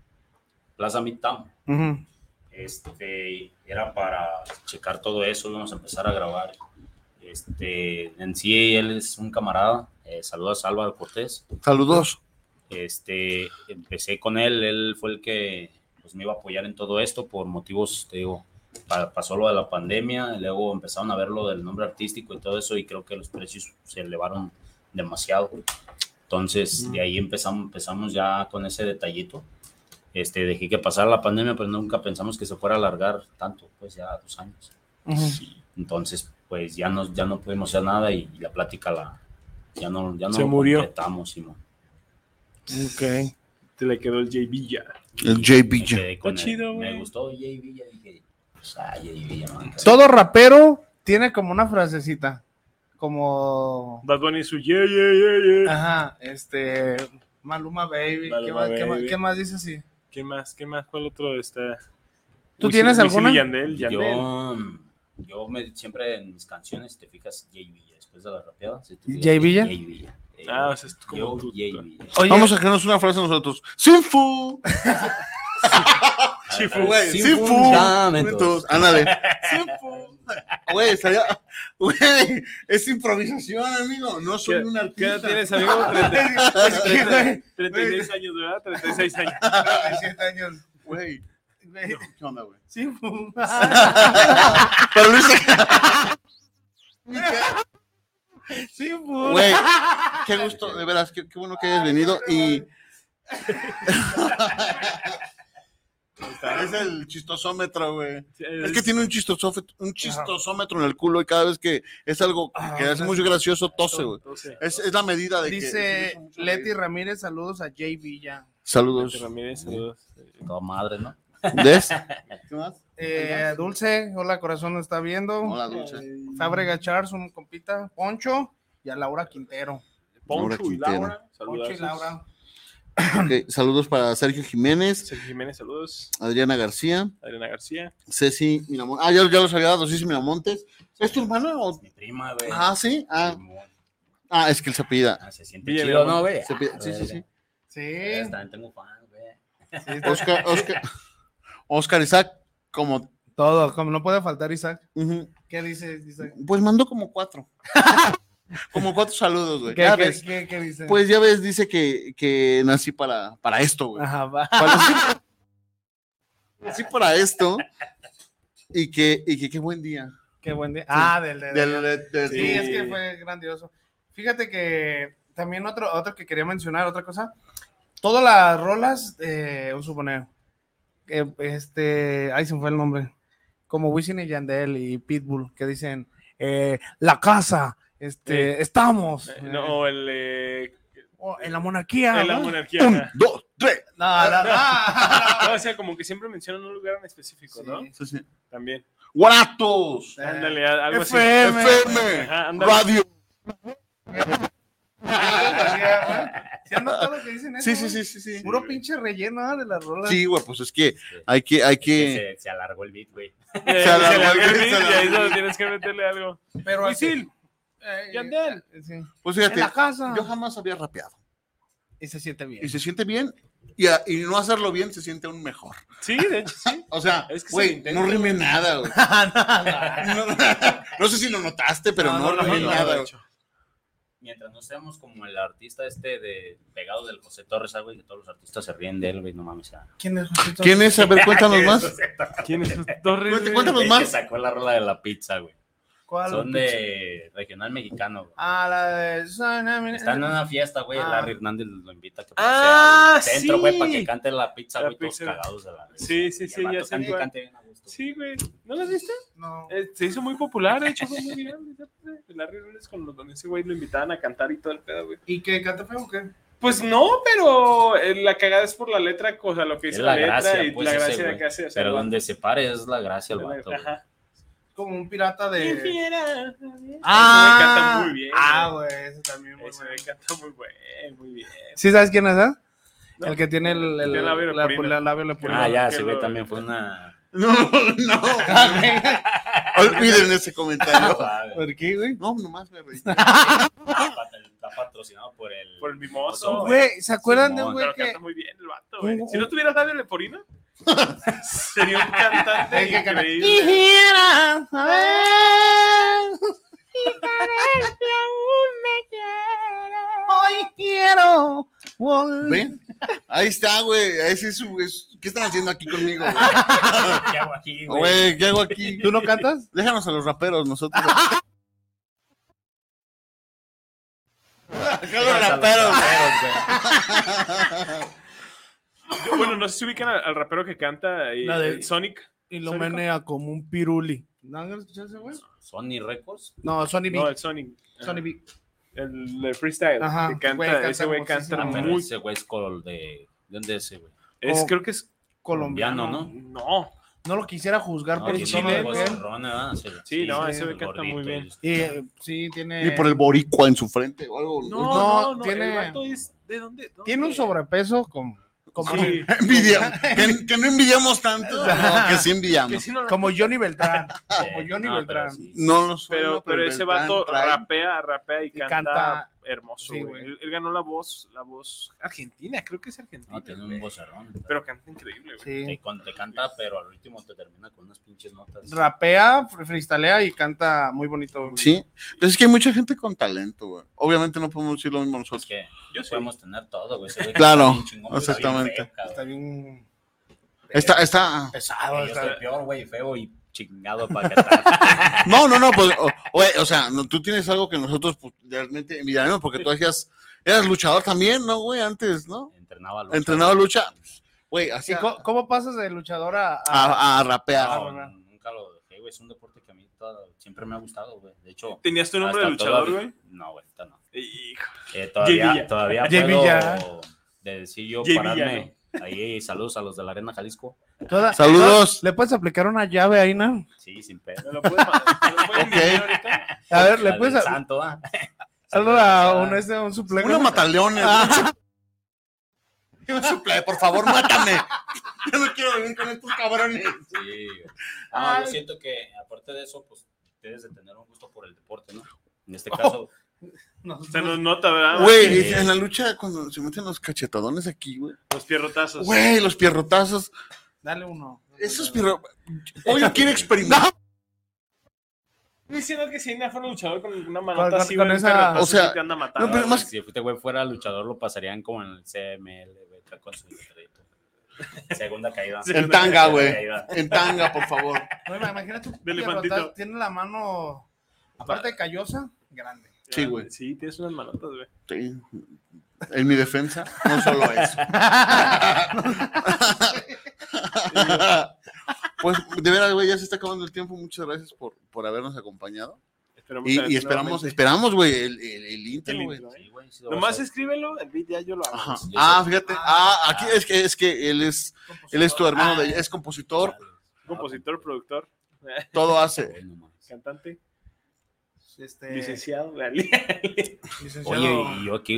[SPEAKER 7] Plaza Midtown. Este, era para checar todo eso, vamos a empezar a grabar. Este, en sí, él es un camarada. Eh, saludos a Álvaro Cortés.
[SPEAKER 8] Saludos.
[SPEAKER 7] Este, empecé con él, él fue el que pues, me iba a apoyar en todo esto por motivos, te digo, pa- pasó lo de la pandemia, y luego empezaron a ver lo del nombre artístico y todo eso y creo que los precios se elevaron demasiado. Entonces, de ahí empezamos, empezamos ya con ese detallito. Este, dejé que pasara la pandemia, pero nunca pensamos que se fuera a alargar tanto, pues ya dos años. Entonces, pues ya no, ya no pudimos hacer nada y la plática la, ya no, ya no
[SPEAKER 5] Se murió.
[SPEAKER 7] completamos, Simón.
[SPEAKER 6] Ok.
[SPEAKER 5] te le quedó el J Villa.
[SPEAKER 8] El J
[SPEAKER 7] Me
[SPEAKER 8] Villa.
[SPEAKER 7] quedé con
[SPEAKER 5] Está
[SPEAKER 7] él.
[SPEAKER 5] chido, güey.
[SPEAKER 7] Me gustó J Villa. Dije, pues, ah, J Villa. man, que-
[SPEAKER 6] Todo rapero tiene como una frasecita. Como.
[SPEAKER 5] Bad Bunny y su yeah, yeah, yeah, yeah.
[SPEAKER 6] Ajá, este. Maluma Baby. ¿qué
[SPEAKER 5] Maluma
[SPEAKER 6] más- ¿qué, más,
[SPEAKER 5] Baby.
[SPEAKER 6] qué más dice así?
[SPEAKER 5] ¿Qué más? ¿Qué más? ¿Cuál otro está?
[SPEAKER 6] ¿Tú
[SPEAKER 5] Wisin-
[SPEAKER 6] tienes
[SPEAKER 5] Wisin y
[SPEAKER 6] alguna?
[SPEAKER 5] Yandel, Yandel.
[SPEAKER 7] Yo, mm, yo me- siempre en mis canciones te fijas J Villa. Después de la rapeada. sí te fijas
[SPEAKER 6] ¿J Villa?
[SPEAKER 7] J Villa. Eh,
[SPEAKER 5] Ah, o sea, es como
[SPEAKER 7] yo,
[SPEAKER 5] tu-
[SPEAKER 7] J Ah, Villa.
[SPEAKER 6] Oye,
[SPEAKER 8] Vamos a crearnos una frase nosotros. Sinfu.
[SPEAKER 5] Chifu.
[SPEAKER 8] Güey,
[SPEAKER 7] Sin
[SPEAKER 8] Sinfu.
[SPEAKER 6] Ah,
[SPEAKER 7] fundamentos.
[SPEAKER 8] Ándale. Sinfu. Güey, estaría. Güey, es improvisación, amigo. No soy
[SPEAKER 5] ¿Qué-
[SPEAKER 8] un
[SPEAKER 5] ¿Qué edad
[SPEAKER 8] artista.
[SPEAKER 5] tienes, amigo? 30
[SPEAKER 8] Es que, güey,
[SPEAKER 5] 36 años, ¿verdad? 36 años.
[SPEAKER 6] 37 años.
[SPEAKER 8] Güey. No, ¿Qué onda, güey?
[SPEAKER 6] Sí, fu-
[SPEAKER 8] Pero Luis.
[SPEAKER 6] sí, fu-
[SPEAKER 8] Güey, qué gusto, de veras, qué, qué bueno que hayas venido. Y. es el chistosómetro, güey. Es que tiene un chistosómetro, un chistosómetro en el culo y cada vez que es algo que es muy gracioso, tose, güey.
[SPEAKER 5] Entonces,
[SPEAKER 8] Es, es la medida de que.
[SPEAKER 6] Dice Leti Ramírez, saludos a J Villa.
[SPEAKER 8] Saludos.
[SPEAKER 5] Ramírez, saludos.
[SPEAKER 7] Toda madre, ¿no?
[SPEAKER 8] ¿Des? ¿Qué más?
[SPEAKER 6] Eh, Dulce, hola corazón, nos está viendo.
[SPEAKER 8] Hola, Dulce.
[SPEAKER 6] Fábrega Charles, un compita, Poncho y a Laura Quintero.
[SPEAKER 8] Laura
[SPEAKER 5] Poncho y Laura.
[SPEAKER 6] Poncho y
[SPEAKER 5] Saludos.
[SPEAKER 6] Laura.
[SPEAKER 8] Ok, Saludos para Sergio Jiménez,
[SPEAKER 5] Sergio Jiménez, saludos.
[SPEAKER 8] Adriana García,
[SPEAKER 5] Adriana García.
[SPEAKER 8] Ceci Miramontes. Ah, ya, ya los había dado, Ceci Miramontes. ¿Es tu hermana o.?
[SPEAKER 7] Mi prima, güey.
[SPEAKER 8] Ah, sí. Ah,
[SPEAKER 7] Simón.
[SPEAKER 8] ah, es que él se apellida.
[SPEAKER 7] Ah, se siente
[SPEAKER 5] Villa,
[SPEAKER 7] chido,
[SPEAKER 5] mi amor.
[SPEAKER 7] ¿no, güey?
[SPEAKER 8] Se apellida- Sí, sí, sí.
[SPEAKER 7] verga.
[SPEAKER 6] Sí.
[SPEAKER 7] Ya También tengo fan, güey.
[SPEAKER 8] Oscar, Oscar, Oscar Isaac, como.
[SPEAKER 6] Todo, como no puede faltar Isaac.
[SPEAKER 8] ujú,
[SPEAKER 6] ¿Qué dice Isaac?
[SPEAKER 8] Pues mandó como cuatro. como cuatro saludos,
[SPEAKER 6] ¿Qué,
[SPEAKER 8] güey. Ya
[SPEAKER 6] qué,
[SPEAKER 8] ves.
[SPEAKER 6] qué- qué dice?
[SPEAKER 8] Pues ya ves, dice que, que nací para, para esto, güey.
[SPEAKER 6] Ajá, va.
[SPEAKER 8] Para- nací para esto. Y que, y que qué buen día.
[SPEAKER 6] Qué buen día. Ah, del de.
[SPEAKER 8] Del- de- de-
[SPEAKER 6] Sí,
[SPEAKER 8] tu-
[SPEAKER 6] es que fue grandioso. Fíjate que también otro, otro que quería mencionar, otra cosa. Todas las rolas, eh, un suponer. eh, este, ahí se me fue el nombre. Como Wisin y Yandel y Pitbull, que dicen eh, la casa, este, estamos
[SPEAKER 5] Eh,
[SPEAKER 6] eh,
[SPEAKER 5] No, el. eh,
[SPEAKER 6] oh, en la monarquía.
[SPEAKER 5] en la
[SPEAKER 6] ¿no?
[SPEAKER 5] monarquía.
[SPEAKER 8] Un, dos, tres.
[SPEAKER 6] No, no, no.
[SPEAKER 5] No, o sea, como que siempre mencionan un lugar en específico, ¿no?
[SPEAKER 8] Sí, sí.
[SPEAKER 5] También.
[SPEAKER 8] Guaratos.
[SPEAKER 6] Eh,
[SPEAKER 5] Ándale, a- algo así.
[SPEAKER 6] FM.
[SPEAKER 8] FM.
[SPEAKER 5] Ajá, ándale.
[SPEAKER 8] Radio.
[SPEAKER 6] ¿Se han notado que dicen eso?
[SPEAKER 8] Sí, sí, sí, sí, sí.
[SPEAKER 6] Puro pinche relleno ¿ah? de las rolas.
[SPEAKER 8] Sí, güey, pues es que hay que, hay que.
[SPEAKER 7] Se, se alargó el beat, güey.
[SPEAKER 5] Eh,
[SPEAKER 8] Se alargó
[SPEAKER 5] se alargó el
[SPEAKER 8] el-
[SPEAKER 5] beat
[SPEAKER 8] se
[SPEAKER 5] y ahí es
[SPEAKER 8] alargó el
[SPEAKER 5] donde tienes que meterle algo.
[SPEAKER 6] Pero así-
[SPEAKER 5] Wisin.
[SPEAKER 6] Eh,
[SPEAKER 5] Yandel.
[SPEAKER 6] sí.
[SPEAKER 8] Pues
[SPEAKER 6] En
[SPEAKER 8] fíjate,
[SPEAKER 6] la casa.
[SPEAKER 8] yo jamás había rapeado.
[SPEAKER 6] Y se siente bien.
[SPEAKER 8] Y se siente bien. Y, a- y no hacerlo bien se siente aún mejor.
[SPEAKER 5] Sí, de hecho, sí.
[SPEAKER 8] O sea,
[SPEAKER 5] Es que se
[SPEAKER 8] güey,
[SPEAKER 5] intenta,
[SPEAKER 8] no rime nada, güey. no, no sé si lo notaste, pero no, rimé nada. güey.
[SPEAKER 7] Mientras no seamos como el artista este de pegado del José Torres, algo y que todos los artistas se ríen de él, güey, no mames. ah.
[SPEAKER 6] ¿Quién es José Torres?
[SPEAKER 8] ¿Quién es? A ver, cuéntanos más.
[SPEAKER 7] José Torres,
[SPEAKER 5] ¿Quién es Torres?
[SPEAKER 8] Cuéntanos,
[SPEAKER 5] güey?
[SPEAKER 8] cuéntanos.
[SPEAKER 7] el
[SPEAKER 8] más.
[SPEAKER 7] que sacó la rola de la pizza, güey.
[SPEAKER 6] ¿Cuál?
[SPEAKER 7] Son de regional mexicano, güey.
[SPEAKER 6] Ah, la de. Sana, mira.
[SPEAKER 7] Están en una fiesta, güey.
[SPEAKER 6] Ah.
[SPEAKER 7] Larry Hernández lo invita a que
[SPEAKER 5] eh, Ah,
[SPEAKER 7] pase al centro, güey,
[SPEAKER 5] sí.
[SPEAKER 7] para que cante la pizza,
[SPEAKER 5] La
[SPEAKER 7] güey, todos
[SPEAKER 5] pizza.
[SPEAKER 7] cagados de la risa.
[SPEAKER 5] Sí, sí, sí,
[SPEAKER 7] Y el
[SPEAKER 5] ya
[SPEAKER 7] vato
[SPEAKER 5] sé
[SPEAKER 7] canta y
[SPEAKER 5] cuál.
[SPEAKER 7] canta bien a gusto.
[SPEAKER 5] Sí, güey. ¿No lo viste?
[SPEAKER 6] No.
[SPEAKER 5] Eh, se hizo muy popular, de hecho, fue muy viral. Larry Hernández con los donde ese güey lo invitaban a cantar y todo el pedo, güey.
[SPEAKER 6] ¿Y qué canta feo o qué?
[SPEAKER 5] Pues no, pero eh, la cagada es por la letra, o sea, lo que
[SPEAKER 7] Es
[SPEAKER 5] dice
[SPEAKER 7] la
[SPEAKER 5] la, letra
[SPEAKER 7] gracia,
[SPEAKER 5] y
[SPEAKER 7] pues,
[SPEAKER 5] la
[SPEAKER 7] ese
[SPEAKER 5] gracia de
[SPEAKER 7] güey.
[SPEAKER 5] que hace. O sea,
[SPEAKER 7] Pero
[SPEAKER 5] el
[SPEAKER 7] donde se pare es la gracia el vato, güey.
[SPEAKER 5] Ajá.
[SPEAKER 6] Como un pirata de.
[SPEAKER 5] Quisiera- Ese güey canta muy bien.
[SPEAKER 6] Ah,
[SPEAKER 5] güey.
[SPEAKER 6] güey, ese también muy
[SPEAKER 5] Ese güey
[SPEAKER 6] bueno.
[SPEAKER 5] canta muy bien, muy bien.
[SPEAKER 6] ¿Sí sabes quién es, eh?
[SPEAKER 5] No.
[SPEAKER 6] El que tiene el, el,
[SPEAKER 5] Tiene labio
[SPEAKER 6] la,
[SPEAKER 5] leporino.
[SPEAKER 6] la labio leporino.
[SPEAKER 7] Ah, ya,
[SPEAKER 5] que
[SPEAKER 7] ese güey
[SPEAKER 5] lo-
[SPEAKER 7] también fue una.
[SPEAKER 8] No, no. Olviden ese comentario.
[SPEAKER 6] ¿Por qué, güey?
[SPEAKER 8] No, nomás me reí.
[SPEAKER 7] Está patrocinado por el.
[SPEAKER 5] Por el mimoso,
[SPEAKER 7] Mimoso,
[SPEAKER 6] Güey, ¿se acuerdan de Pues un
[SPEAKER 5] Pero
[SPEAKER 6] güey
[SPEAKER 7] Simón.
[SPEAKER 6] que.
[SPEAKER 5] canta muy bien el vato, güey.
[SPEAKER 6] Un-
[SPEAKER 5] Si no tuviera labio leporino, sería un cantante
[SPEAKER 6] Hay que cantar.
[SPEAKER 5] increíble.
[SPEAKER 6] Hoy quiero volver.
[SPEAKER 8] ¿Ven? Ahí está, güey. Ese es su. es- ¿Qué están haciendo aquí conmigo, güey?
[SPEAKER 7] ¿Qué hago aquí, güey?
[SPEAKER 8] Güey, ¿qué hago aquí?
[SPEAKER 6] ¿Tú no cantas?
[SPEAKER 8] Déjanos a los raperos, nosotros. Déjanos
[SPEAKER 7] Hasta los
[SPEAKER 8] raperos, güey.
[SPEAKER 7] raperos, güey.
[SPEAKER 5] Yo, Bueno, no sé si ubican al, al rapero que canta eh,
[SPEAKER 6] La de-
[SPEAKER 5] eh, Sonic.
[SPEAKER 6] Y lo
[SPEAKER 5] ¿Sónico?
[SPEAKER 6] menea como un piruli. ¿No han escuchado ese güey?
[SPEAKER 7] Sony Records.
[SPEAKER 6] No, Sony B.
[SPEAKER 5] No, el Sonic. Ah,
[SPEAKER 6] Sony B.
[SPEAKER 5] El, de freestyle.
[SPEAKER 6] Ajá,
[SPEAKER 5] que canta,
[SPEAKER 6] güey, canta
[SPEAKER 5] ese güey canta
[SPEAKER 6] hermosísimo.
[SPEAKER 7] Ah, pero
[SPEAKER 5] muy
[SPEAKER 7] ese güey es col de ¿De dónde es ese, güey?
[SPEAKER 5] Es,
[SPEAKER 6] O-
[SPEAKER 5] creo que es.
[SPEAKER 6] colombiano.
[SPEAKER 7] Colombiano,
[SPEAKER 6] ¿no?
[SPEAKER 7] ¿no?
[SPEAKER 5] No.
[SPEAKER 6] lo quisiera juzgar
[SPEAKER 7] No,
[SPEAKER 6] por
[SPEAKER 7] que
[SPEAKER 6] su
[SPEAKER 7] tiene
[SPEAKER 6] tono de
[SPEAKER 7] voz
[SPEAKER 6] piel.
[SPEAKER 7] zorrona, ¿verdad? Sí,
[SPEAKER 5] Sí, no,
[SPEAKER 7] sí,
[SPEAKER 5] ese güey canta muy
[SPEAKER 7] gordito,
[SPEAKER 5] bien.
[SPEAKER 7] y- este,
[SPEAKER 6] Y eh, sí, tiene.
[SPEAKER 8] Y por el boricua en su frente o algo.
[SPEAKER 5] No,
[SPEAKER 6] No,
[SPEAKER 5] no, no,
[SPEAKER 6] tiene-
[SPEAKER 5] el vato es- ¿De dónde? dónde?
[SPEAKER 6] Tiene un sobrepeso como, como,
[SPEAKER 5] Sí,
[SPEAKER 8] Envidia- que, que no envidiamos tanto, no, que sí
[SPEAKER 5] que
[SPEAKER 8] envidiamos.
[SPEAKER 5] sí no la-
[SPEAKER 6] como Johnny Beltrán.
[SPEAKER 7] Sí,
[SPEAKER 6] como Johnny
[SPEAKER 7] no, pero
[SPEAKER 6] Beltrán.
[SPEAKER 7] sí.
[SPEAKER 8] No lo soy,
[SPEAKER 5] pero,
[SPEAKER 8] no,
[SPEAKER 5] pero ese
[SPEAKER 8] Beltrán
[SPEAKER 5] vato
[SPEAKER 8] trae-
[SPEAKER 5] rapea, rapea y
[SPEAKER 6] Y
[SPEAKER 5] canta,
[SPEAKER 6] canta-
[SPEAKER 5] hermoso,
[SPEAKER 6] sí,
[SPEAKER 5] güey.
[SPEAKER 6] güey.
[SPEAKER 5] Él, él ganó la voz, la voz argentina, creo que es argentina.
[SPEAKER 7] No, Ah, tiene un
[SPEAKER 5] güey.
[SPEAKER 7] vocerrón.
[SPEAKER 5] Pero canta increíble, güey.
[SPEAKER 6] Sí.
[SPEAKER 7] Te, con- te canta, pero al último te termina con unas pinches notas.
[SPEAKER 6] Rapea, fr- freestalea y canta muy bonito.
[SPEAKER 8] Sí, pues es que hay mucha gente con talento, güey. Obviamente no podemos decir lo mismo
[SPEAKER 7] Es
[SPEAKER 8] nosotros.
[SPEAKER 7] que
[SPEAKER 5] Yo soy.
[SPEAKER 7] podemos tener todo, güey. Ese güey
[SPEAKER 8] Claro,
[SPEAKER 7] está bien chingón, pero está bien
[SPEAKER 8] exactamente.
[SPEAKER 7] feo, cabrón.
[SPEAKER 6] Está bien
[SPEAKER 8] Está, está.
[SPEAKER 6] pesado.
[SPEAKER 7] Yo
[SPEAKER 6] está-
[SPEAKER 7] estoy peor, güey, feo y chingado para cantar.
[SPEAKER 8] No, no, no, pues, o, güey, o sea, no, tú tienes algo que nosotros pues, realmente envidiamos porque tú hacías, eras luchador también, ¿no, güey? Antes, ¿no?
[SPEAKER 7] Entrenaba lucha.
[SPEAKER 8] Entrenado lucha, güey, así
[SPEAKER 6] ¿Y co- ¿Cómo, pasas de luchador a, a-
[SPEAKER 8] a, a rapear.
[SPEAKER 7] No,
[SPEAKER 6] Ah, bueno.
[SPEAKER 7] nunca lo dejé, güey. Es un deporte que a mí toda- siempre me ha gustado, güey. De hecho.
[SPEAKER 5] ¿Tenías tu nombre
[SPEAKER 7] hasta
[SPEAKER 5] de luchador,
[SPEAKER 7] todavía-
[SPEAKER 5] güey?
[SPEAKER 7] No, güey, ahorita no.
[SPEAKER 5] Hijo.
[SPEAKER 7] Eh,
[SPEAKER 5] Jay
[SPEAKER 7] todavía,
[SPEAKER 5] Villa.
[SPEAKER 7] todavía
[SPEAKER 6] Jay Villa.
[SPEAKER 7] puedo de decir yo
[SPEAKER 5] Jay Villa,
[SPEAKER 7] pararme. Ahí, saludos a los de la Arena Jalisco.
[SPEAKER 6] toda-
[SPEAKER 8] Saludos.
[SPEAKER 6] ¿Le puedes aplicar una llave ahí, no?
[SPEAKER 7] Sí, sin pedo.
[SPEAKER 5] ¿Me lo puedes me lo pueden
[SPEAKER 8] Ok.
[SPEAKER 5] enviar ahorita?
[SPEAKER 6] A ver, ¿le
[SPEAKER 7] La
[SPEAKER 6] puedes
[SPEAKER 7] del
[SPEAKER 6] a-
[SPEAKER 7] Santo, ah.
[SPEAKER 6] saludos a un, este, un suplente?
[SPEAKER 8] Una mataleones. güey. Un suple, Ah. por favor, mátame. Yo no quiero venir con estos cabrones.
[SPEAKER 7] Sí, güey. No, yo siento que aparte de eso, pues debes de tener un gusto por el deporte, ¿no? En este caso,
[SPEAKER 5] Se nos nota, ¿verdad?
[SPEAKER 8] Güey,
[SPEAKER 7] sí.
[SPEAKER 8] en la lucha cuando se meten los cachetadones aquí, güey.
[SPEAKER 5] Los pierrotazos.
[SPEAKER 8] Güey, los pierrotazos.
[SPEAKER 6] Dale uno.
[SPEAKER 8] Esos pierro... Pollo quiere experimentar.
[SPEAKER 5] Estoy diciendo que si Ina fuera luchador con una manota
[SPEAKER 6] con-
[SPEAKER 5] así,
[SPEAKER 6] con
[SPEAKER 5] güey, un
[SPEAKER 6] esa-
[SPEAKER 5] pierrotazo
[SPEAKER 8] o sea,
[SPEAKER 5] sí te anda matando.
[SPEAKER 8] no, pero más-
[SPEAKER 7] si este güey fuera luchador, lo pasarían como en el CML, güey, acá con su letrerito. Segunda caída.
[SPEAKER 5] Sí.
[SPEAKER 8] En tanga, güey.
[SPEAKER 7] Segunda caída.
[SPEAKER 8] En tanga, por favor.
[SPEAKER 6] No, ima- imagínate un
[SPEAKER 5] De elefantito.
[SPEAKER 6] pierrotazo, Tiene la mano, aparte de callosa, grande.
[SPEAKER 8] Sí, güey.
[SPEAKER 5] Sí, tienes unas manotas, güey.
[SPEAKER 8] Sí. En mi defensa, no solo eso. Pues de veras, güey, ya se está acabando el tiempo. Muchas gracias por, por habernos acompañado.
[SPEAKER 5] Esperamos
[SPEAKER 8] Y,
[SPEAKER 5] tenerte
[SPEAKER 8] y esperamos,
[SPEAKER 5] nuevamente.
[SPEAKER 8] esperamos, güey, el, el, el intro,
[SPEAKER 5] El
[SPEAKER 8] güey.
[SPEAKER 5] intro, ¿eh?
[SPEAKER 7] Sí, güey, sí lo vas
[SPEAKER 5] Nomás
[SPEAKER 7] a-
[SPEAKER 5] escríbelo, el beat ya yo lo hago.
[SPEAKER 8] Ajá.
[SPEAKER 7] Sí,
[SPEAKER 8] Ah,
[SPEAKER 7] sí.
[SPEAKER 8] fíjate. Ah, aquí es que es que él es, él es tu hermano, de, es compositor,
[SPEAKER 5] Compositor, productor,
[SPEAKER 8] todo hace.
[SPEAKER 7] Ay, Ah, pues, no mames.
[SPEAKER 5] cantante,
[SPEAKER 8] Eh.
[SPEAKER 6] Este,
[SPEAKER 5] licenciado.
[SPEAKER 6] licenciado.
[SPEAKER 7] Oye, y yo aquí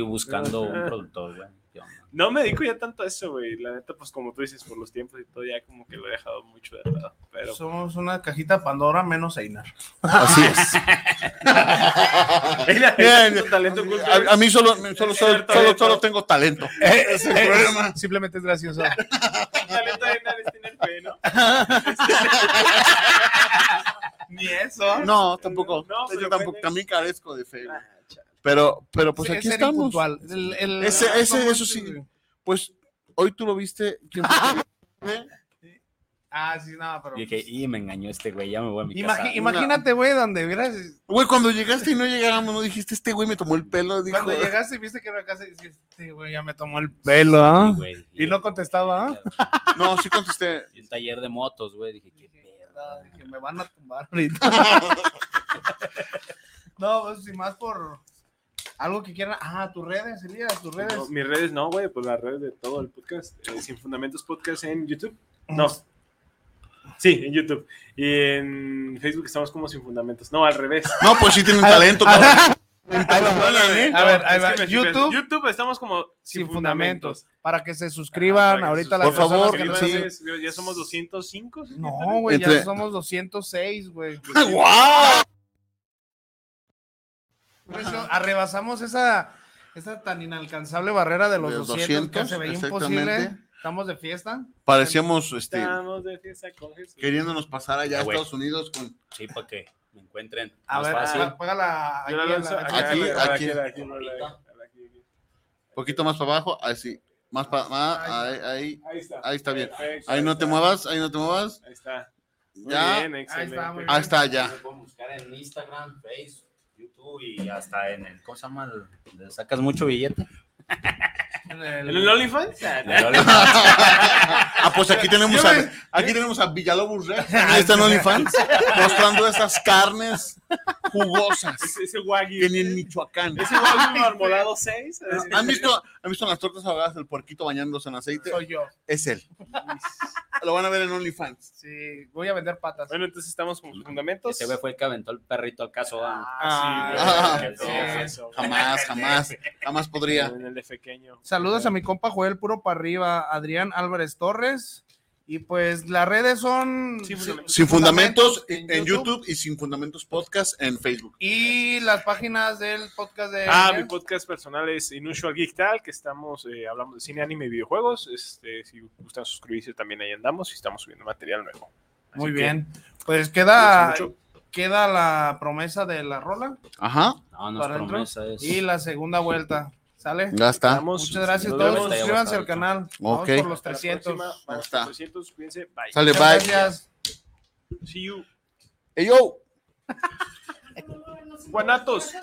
[SPEAKER 7] buscando un productor, güey. ¿Qué onda?
[SPEAKER 5] No me dedico ya tanto a eso, güey. La neta, pues como tú dices, por los tiempos y todo, ya como que lo he dejado mucho de lado. Pero
[SPEAKER 6] Somos una cajita Pandora menos Einar.
[SPEAKER 8] Así es.
[SPEAKER 5] Bien. Tu pues, talento oculto.
[SPEAKER 8] A, a mí solo, solo, solo,
[SPEAKER 5] ¿eh?
[SPEAKER 8] solo, solo tengo talento.
[SPEAKER 6] Eh, Es
[SPEAKER 8] el problema.
[SPEAKER 6] Simplemente es gracioso.
[SPEAKER 5] Tu talento de nada es tener fe, ¿no?
[SPEAKER 6] Ni eso.
[SPEAKER 8] No, tampoco.
[SPEAKER 5] No, pero
[SPEAKER 8] yo tampoco,
[SPEAKER 5] bueno.
[SPEAKER 8] también carezco de fe. güey.
[SPEAKER 5] Ah, chale.
[SPEAKER 8] Pero, pero pues
[SPEAKER 6] Pues
[SPEAKER 8] aquí estamos. Ese- ese- eso sí. Pues hoy tú lo viste. ¿quién fue? ¿Eh?
[SPEAKER 6] Ah, sí, nada, pero.
[SPEAKER 7] Y dije, y me engañó este güey, ya me voy a mi
[SPEAKER 6] Imagi-
[SPEAKER 7] casa.
[SPEAKER 6] imagínate, güey, donde hubieras.
[SPEAKER 8] Güey, cuando llegaste y no llegábamos, no dijiste, este güey me tomó el pelo. Dijo,
[SPEAKER 6] Cuando llegaste y viste que era la casa y dijiste, "Este güey, ya me tomó el pelo, ¿ah?"
[SPEAKER 7] Sí, güey.
[SPEAKER 6] Y no contestaba, ¿ah?
[SPEAKER 8] no, sí contesté.
[SPEAKER 7] Y el taller de motos, güey. Dije, qué
[SPEAKER 5] Ah.
[SPEAKER 6] Mierda, Ah,
[SPEAKER 7] pedo.
[SPEAKER 6] dije, me van a tumbar ahorita. no, pues sin más por algo que quieran. Ah, tus redes, Elías, tus redes.
[SPEAKER 5] No, mis redes no, güey, pues las redes de todo el podcast. eh, Sin Fundamentos Podcast en YouTube. No. Sí, en YouTube. Y en Facebook estamos como Sin Fundamentos. No, al revés.
[SPEAKER 8] No, pues sí tiene un talento.
[SPEAKER 5] Ah,
[SPEAKER 8] cabrón.
[SPEAKER 6] Ahí va,
[SPEAKER 8] Perdóname.
[SPEAKER 6] A ver, ahí
[SPEAKER 5] es
[SPEAKER 6] va.
[SPEAKER 5] que me-
[SPEAKER 6] YouTube.
[SPEAKER 5] YouTube estamos como Sin,
[SPEAKER 6] sin
[SPEAKER 5] Fundamentos. Ah,
[SPEAKER 6] fundamentos. Para que se suscriban
[SPEAKER 5] Para que
[SPEAKER 6] ahorita
[SPEAKER 5] sus-
[SPEAKER 6] las
[SPEAKER 8] Por
[SPEAKER 6] personas
[SPEAKER 8] favor,
[SPEAKER 6] que no
[SPEAKER 8] sí.
[SPEAKER 6] se-
[SPEAKER 5] suscriban. Ya somos 205. ¿sí? Pues,
[SPEAKER 6] No, güey, ya
[SPEAKER 8] Entre-
[SPEAKER 6] somos 206, güey.
[SPEAKER 8] ¡Guau!
[SPEAKER 6] Por eso arrebasamos esa, esa tan inalcanzable barrera de los
[SPEAKER 8] De
[SPEAKER 6] 200, que
[SPEAKER 8] 200,
[SPEAKER 6] se veía
[SPEAKER 8] exactamente.
[SPEAKER 6] imposible. Estamos de fiesta.
[SPEAKER 8] Parecíamos este,
[SPEAKER 5] Estamos de fiesta con Jesús.
[SPEAKER 8] queriéndonos pasar allá a
[SPEAKER 7] Ah, güey.
[SPEAKER 8] Estados Unidos con.
[SPEAKER 7] Sí, para que me encuentren.
[SPEAKER 6] A
[SPEAKER 7] más
[SPEAKER 6] ver,
[SPEAKER 7] fácil.
[SPEAKER 6] apaga- apaga la.
[SPEAKER 5] Yo la
[SPEAKER 6] aquí a la-
[SPEAKER 5] lanzo acá,
[SPEAKER 8] Aquí,
[SPEAKER 5] acá,
[SPEAKER 8] aquí.
[SPEAKER 5] acá, aquí, no, la- la- aquí, aquí.
[SPEAKER 8] Poquito más para abajo, así. Más para. ahí, ahí.
[SPEAKER 5] Ahí está.
[SPEAKER 8] Ahí está bien.
[SPEAKER 5] Perfecto,
[SPEAKER 8] Ahí no
[SPEAKER 5] está.
[SPEAKER 8] te muevas, ahí no te muevas.
[SPEAKER 5] Ahí está. Muy
[SPEAKER 8] Ya.
[SPEAKER 5] bien, excelente.
[SPEAKER 6] está, muy bien.
[SPEAKER 8] Ah, está, ya.
[SPEAKER 7] Me pueden buscar en Instagram, Facebook, YouTube y hasta en el. ¿Cómo se llama? El- ¿Le sacas mucho billete?
[SPEAKER 6] en
[SPEAKER 5] ¿En
[SPEAKER 6] el-
[SPEAKER 5] el OnlyFans?
[SPEAKER 8] Ah, pues aquí tenemos a, aquí tenemos a Villalobos Rex. Ahí están OnlyFans mostrando esas carnes. jugosas
[SPEAKER 5] Ese wagyu.
[SPEAKER 8] que ni en Michoacán.
[SPEAKER 5] Ese wagyu marmolado 6.
[SPEAKER 8] ¿Han visto, ¿Han visto las tortas ahogadas del puerquito bañándose en aceite?
[SPEAKER 6] Soy yo.
[SPEAKER 8] Es él. Lo van a ver en OnlyFans.
[SPEAKER 6] Sí, voy a vender patas.
[SPEAKER 5] Bueno, entonces estamos con fundamentos.
[SPEAKER 7] Ese "Este güey fue el que aventó el perrito al caso. ah.
[SPEAKER 8] Ah,
[SPEAKER 5] Sí,
[SPEAKER 8] sí.
[SPEAKER 5] eso.
[SPEAKER 8] Jamás, jamás, jamás podría.
[SPEAKER 5] En el de pequeño.
[SPEAKER 6] Saludos a mi compa Joel Puro para arriba, Adrián Álvarez Torres. Y pues las redes son.
[SPEAKER 5] Sí, fundamentos.
[SPEAKER 8] Sin fundamentos en YouTube y sin fundamentos podcast en Facebook.
[SPEAKER 6] Y las páginas del podcast de.
[SPEAKER 5] Ah, mi podcast personal es Inusual Geek Tal, que estamos, eh, hablamos de cine, anime y videojuegos. Este, si gustan suscribirse, también ahí andamos y estamos subiendo material nuevo. Así
[SPEAKER 6] Muy
[SPEAKER 5] que,
[SPEAKER 6] bien. Pues queda,
[SPEAKER 5] cuídense mucho.
[SPEAKER 6] queda la promesa de la rola
[SPEAKER 8] Ajá.
[SPEAKER 7] No, no es
[SPEAKER 6] para dentro.
[SPEAKER 7] promesa. Es...
[SPEAKER 6] Y la segunda vuelta. ¿Sale?
[SPEAKER 8] Ya está.
[SPEAKER 5] Vamos.
[SPEAKER 6] Muchas gracias a
[SPEAKER 5] Pues. Nos
[SPEAKER 6] todos.
[SPEAKER 5] vemos.
[SPEAKER 7] Hasta
[SPEAKER 6] Suscríbanse al
[SPEAKER 7] ahorita.
[SPEAKER 6] canal. Vamos
[SPEAKER 8] Ok.
[SPEAKER 6] por los
[SPEAKER 5] Hasta la
[SPEAKER 6] 300.
[SPEAKER 5] próxima. Vamos
[SPEAKER 8] está.
[SPEAKER 5] por 300. Cuídense. Bye.
[SPEAKER 8] Sale,
[SPEAKER 6] Muchas
[SPEAKER 8] bye.
[SPEAKER 6] Gracias.
[SPEAKER 5] See you.
[SPEAKER 8] Ey, yo.
[SPEAKER 5] Guanatos.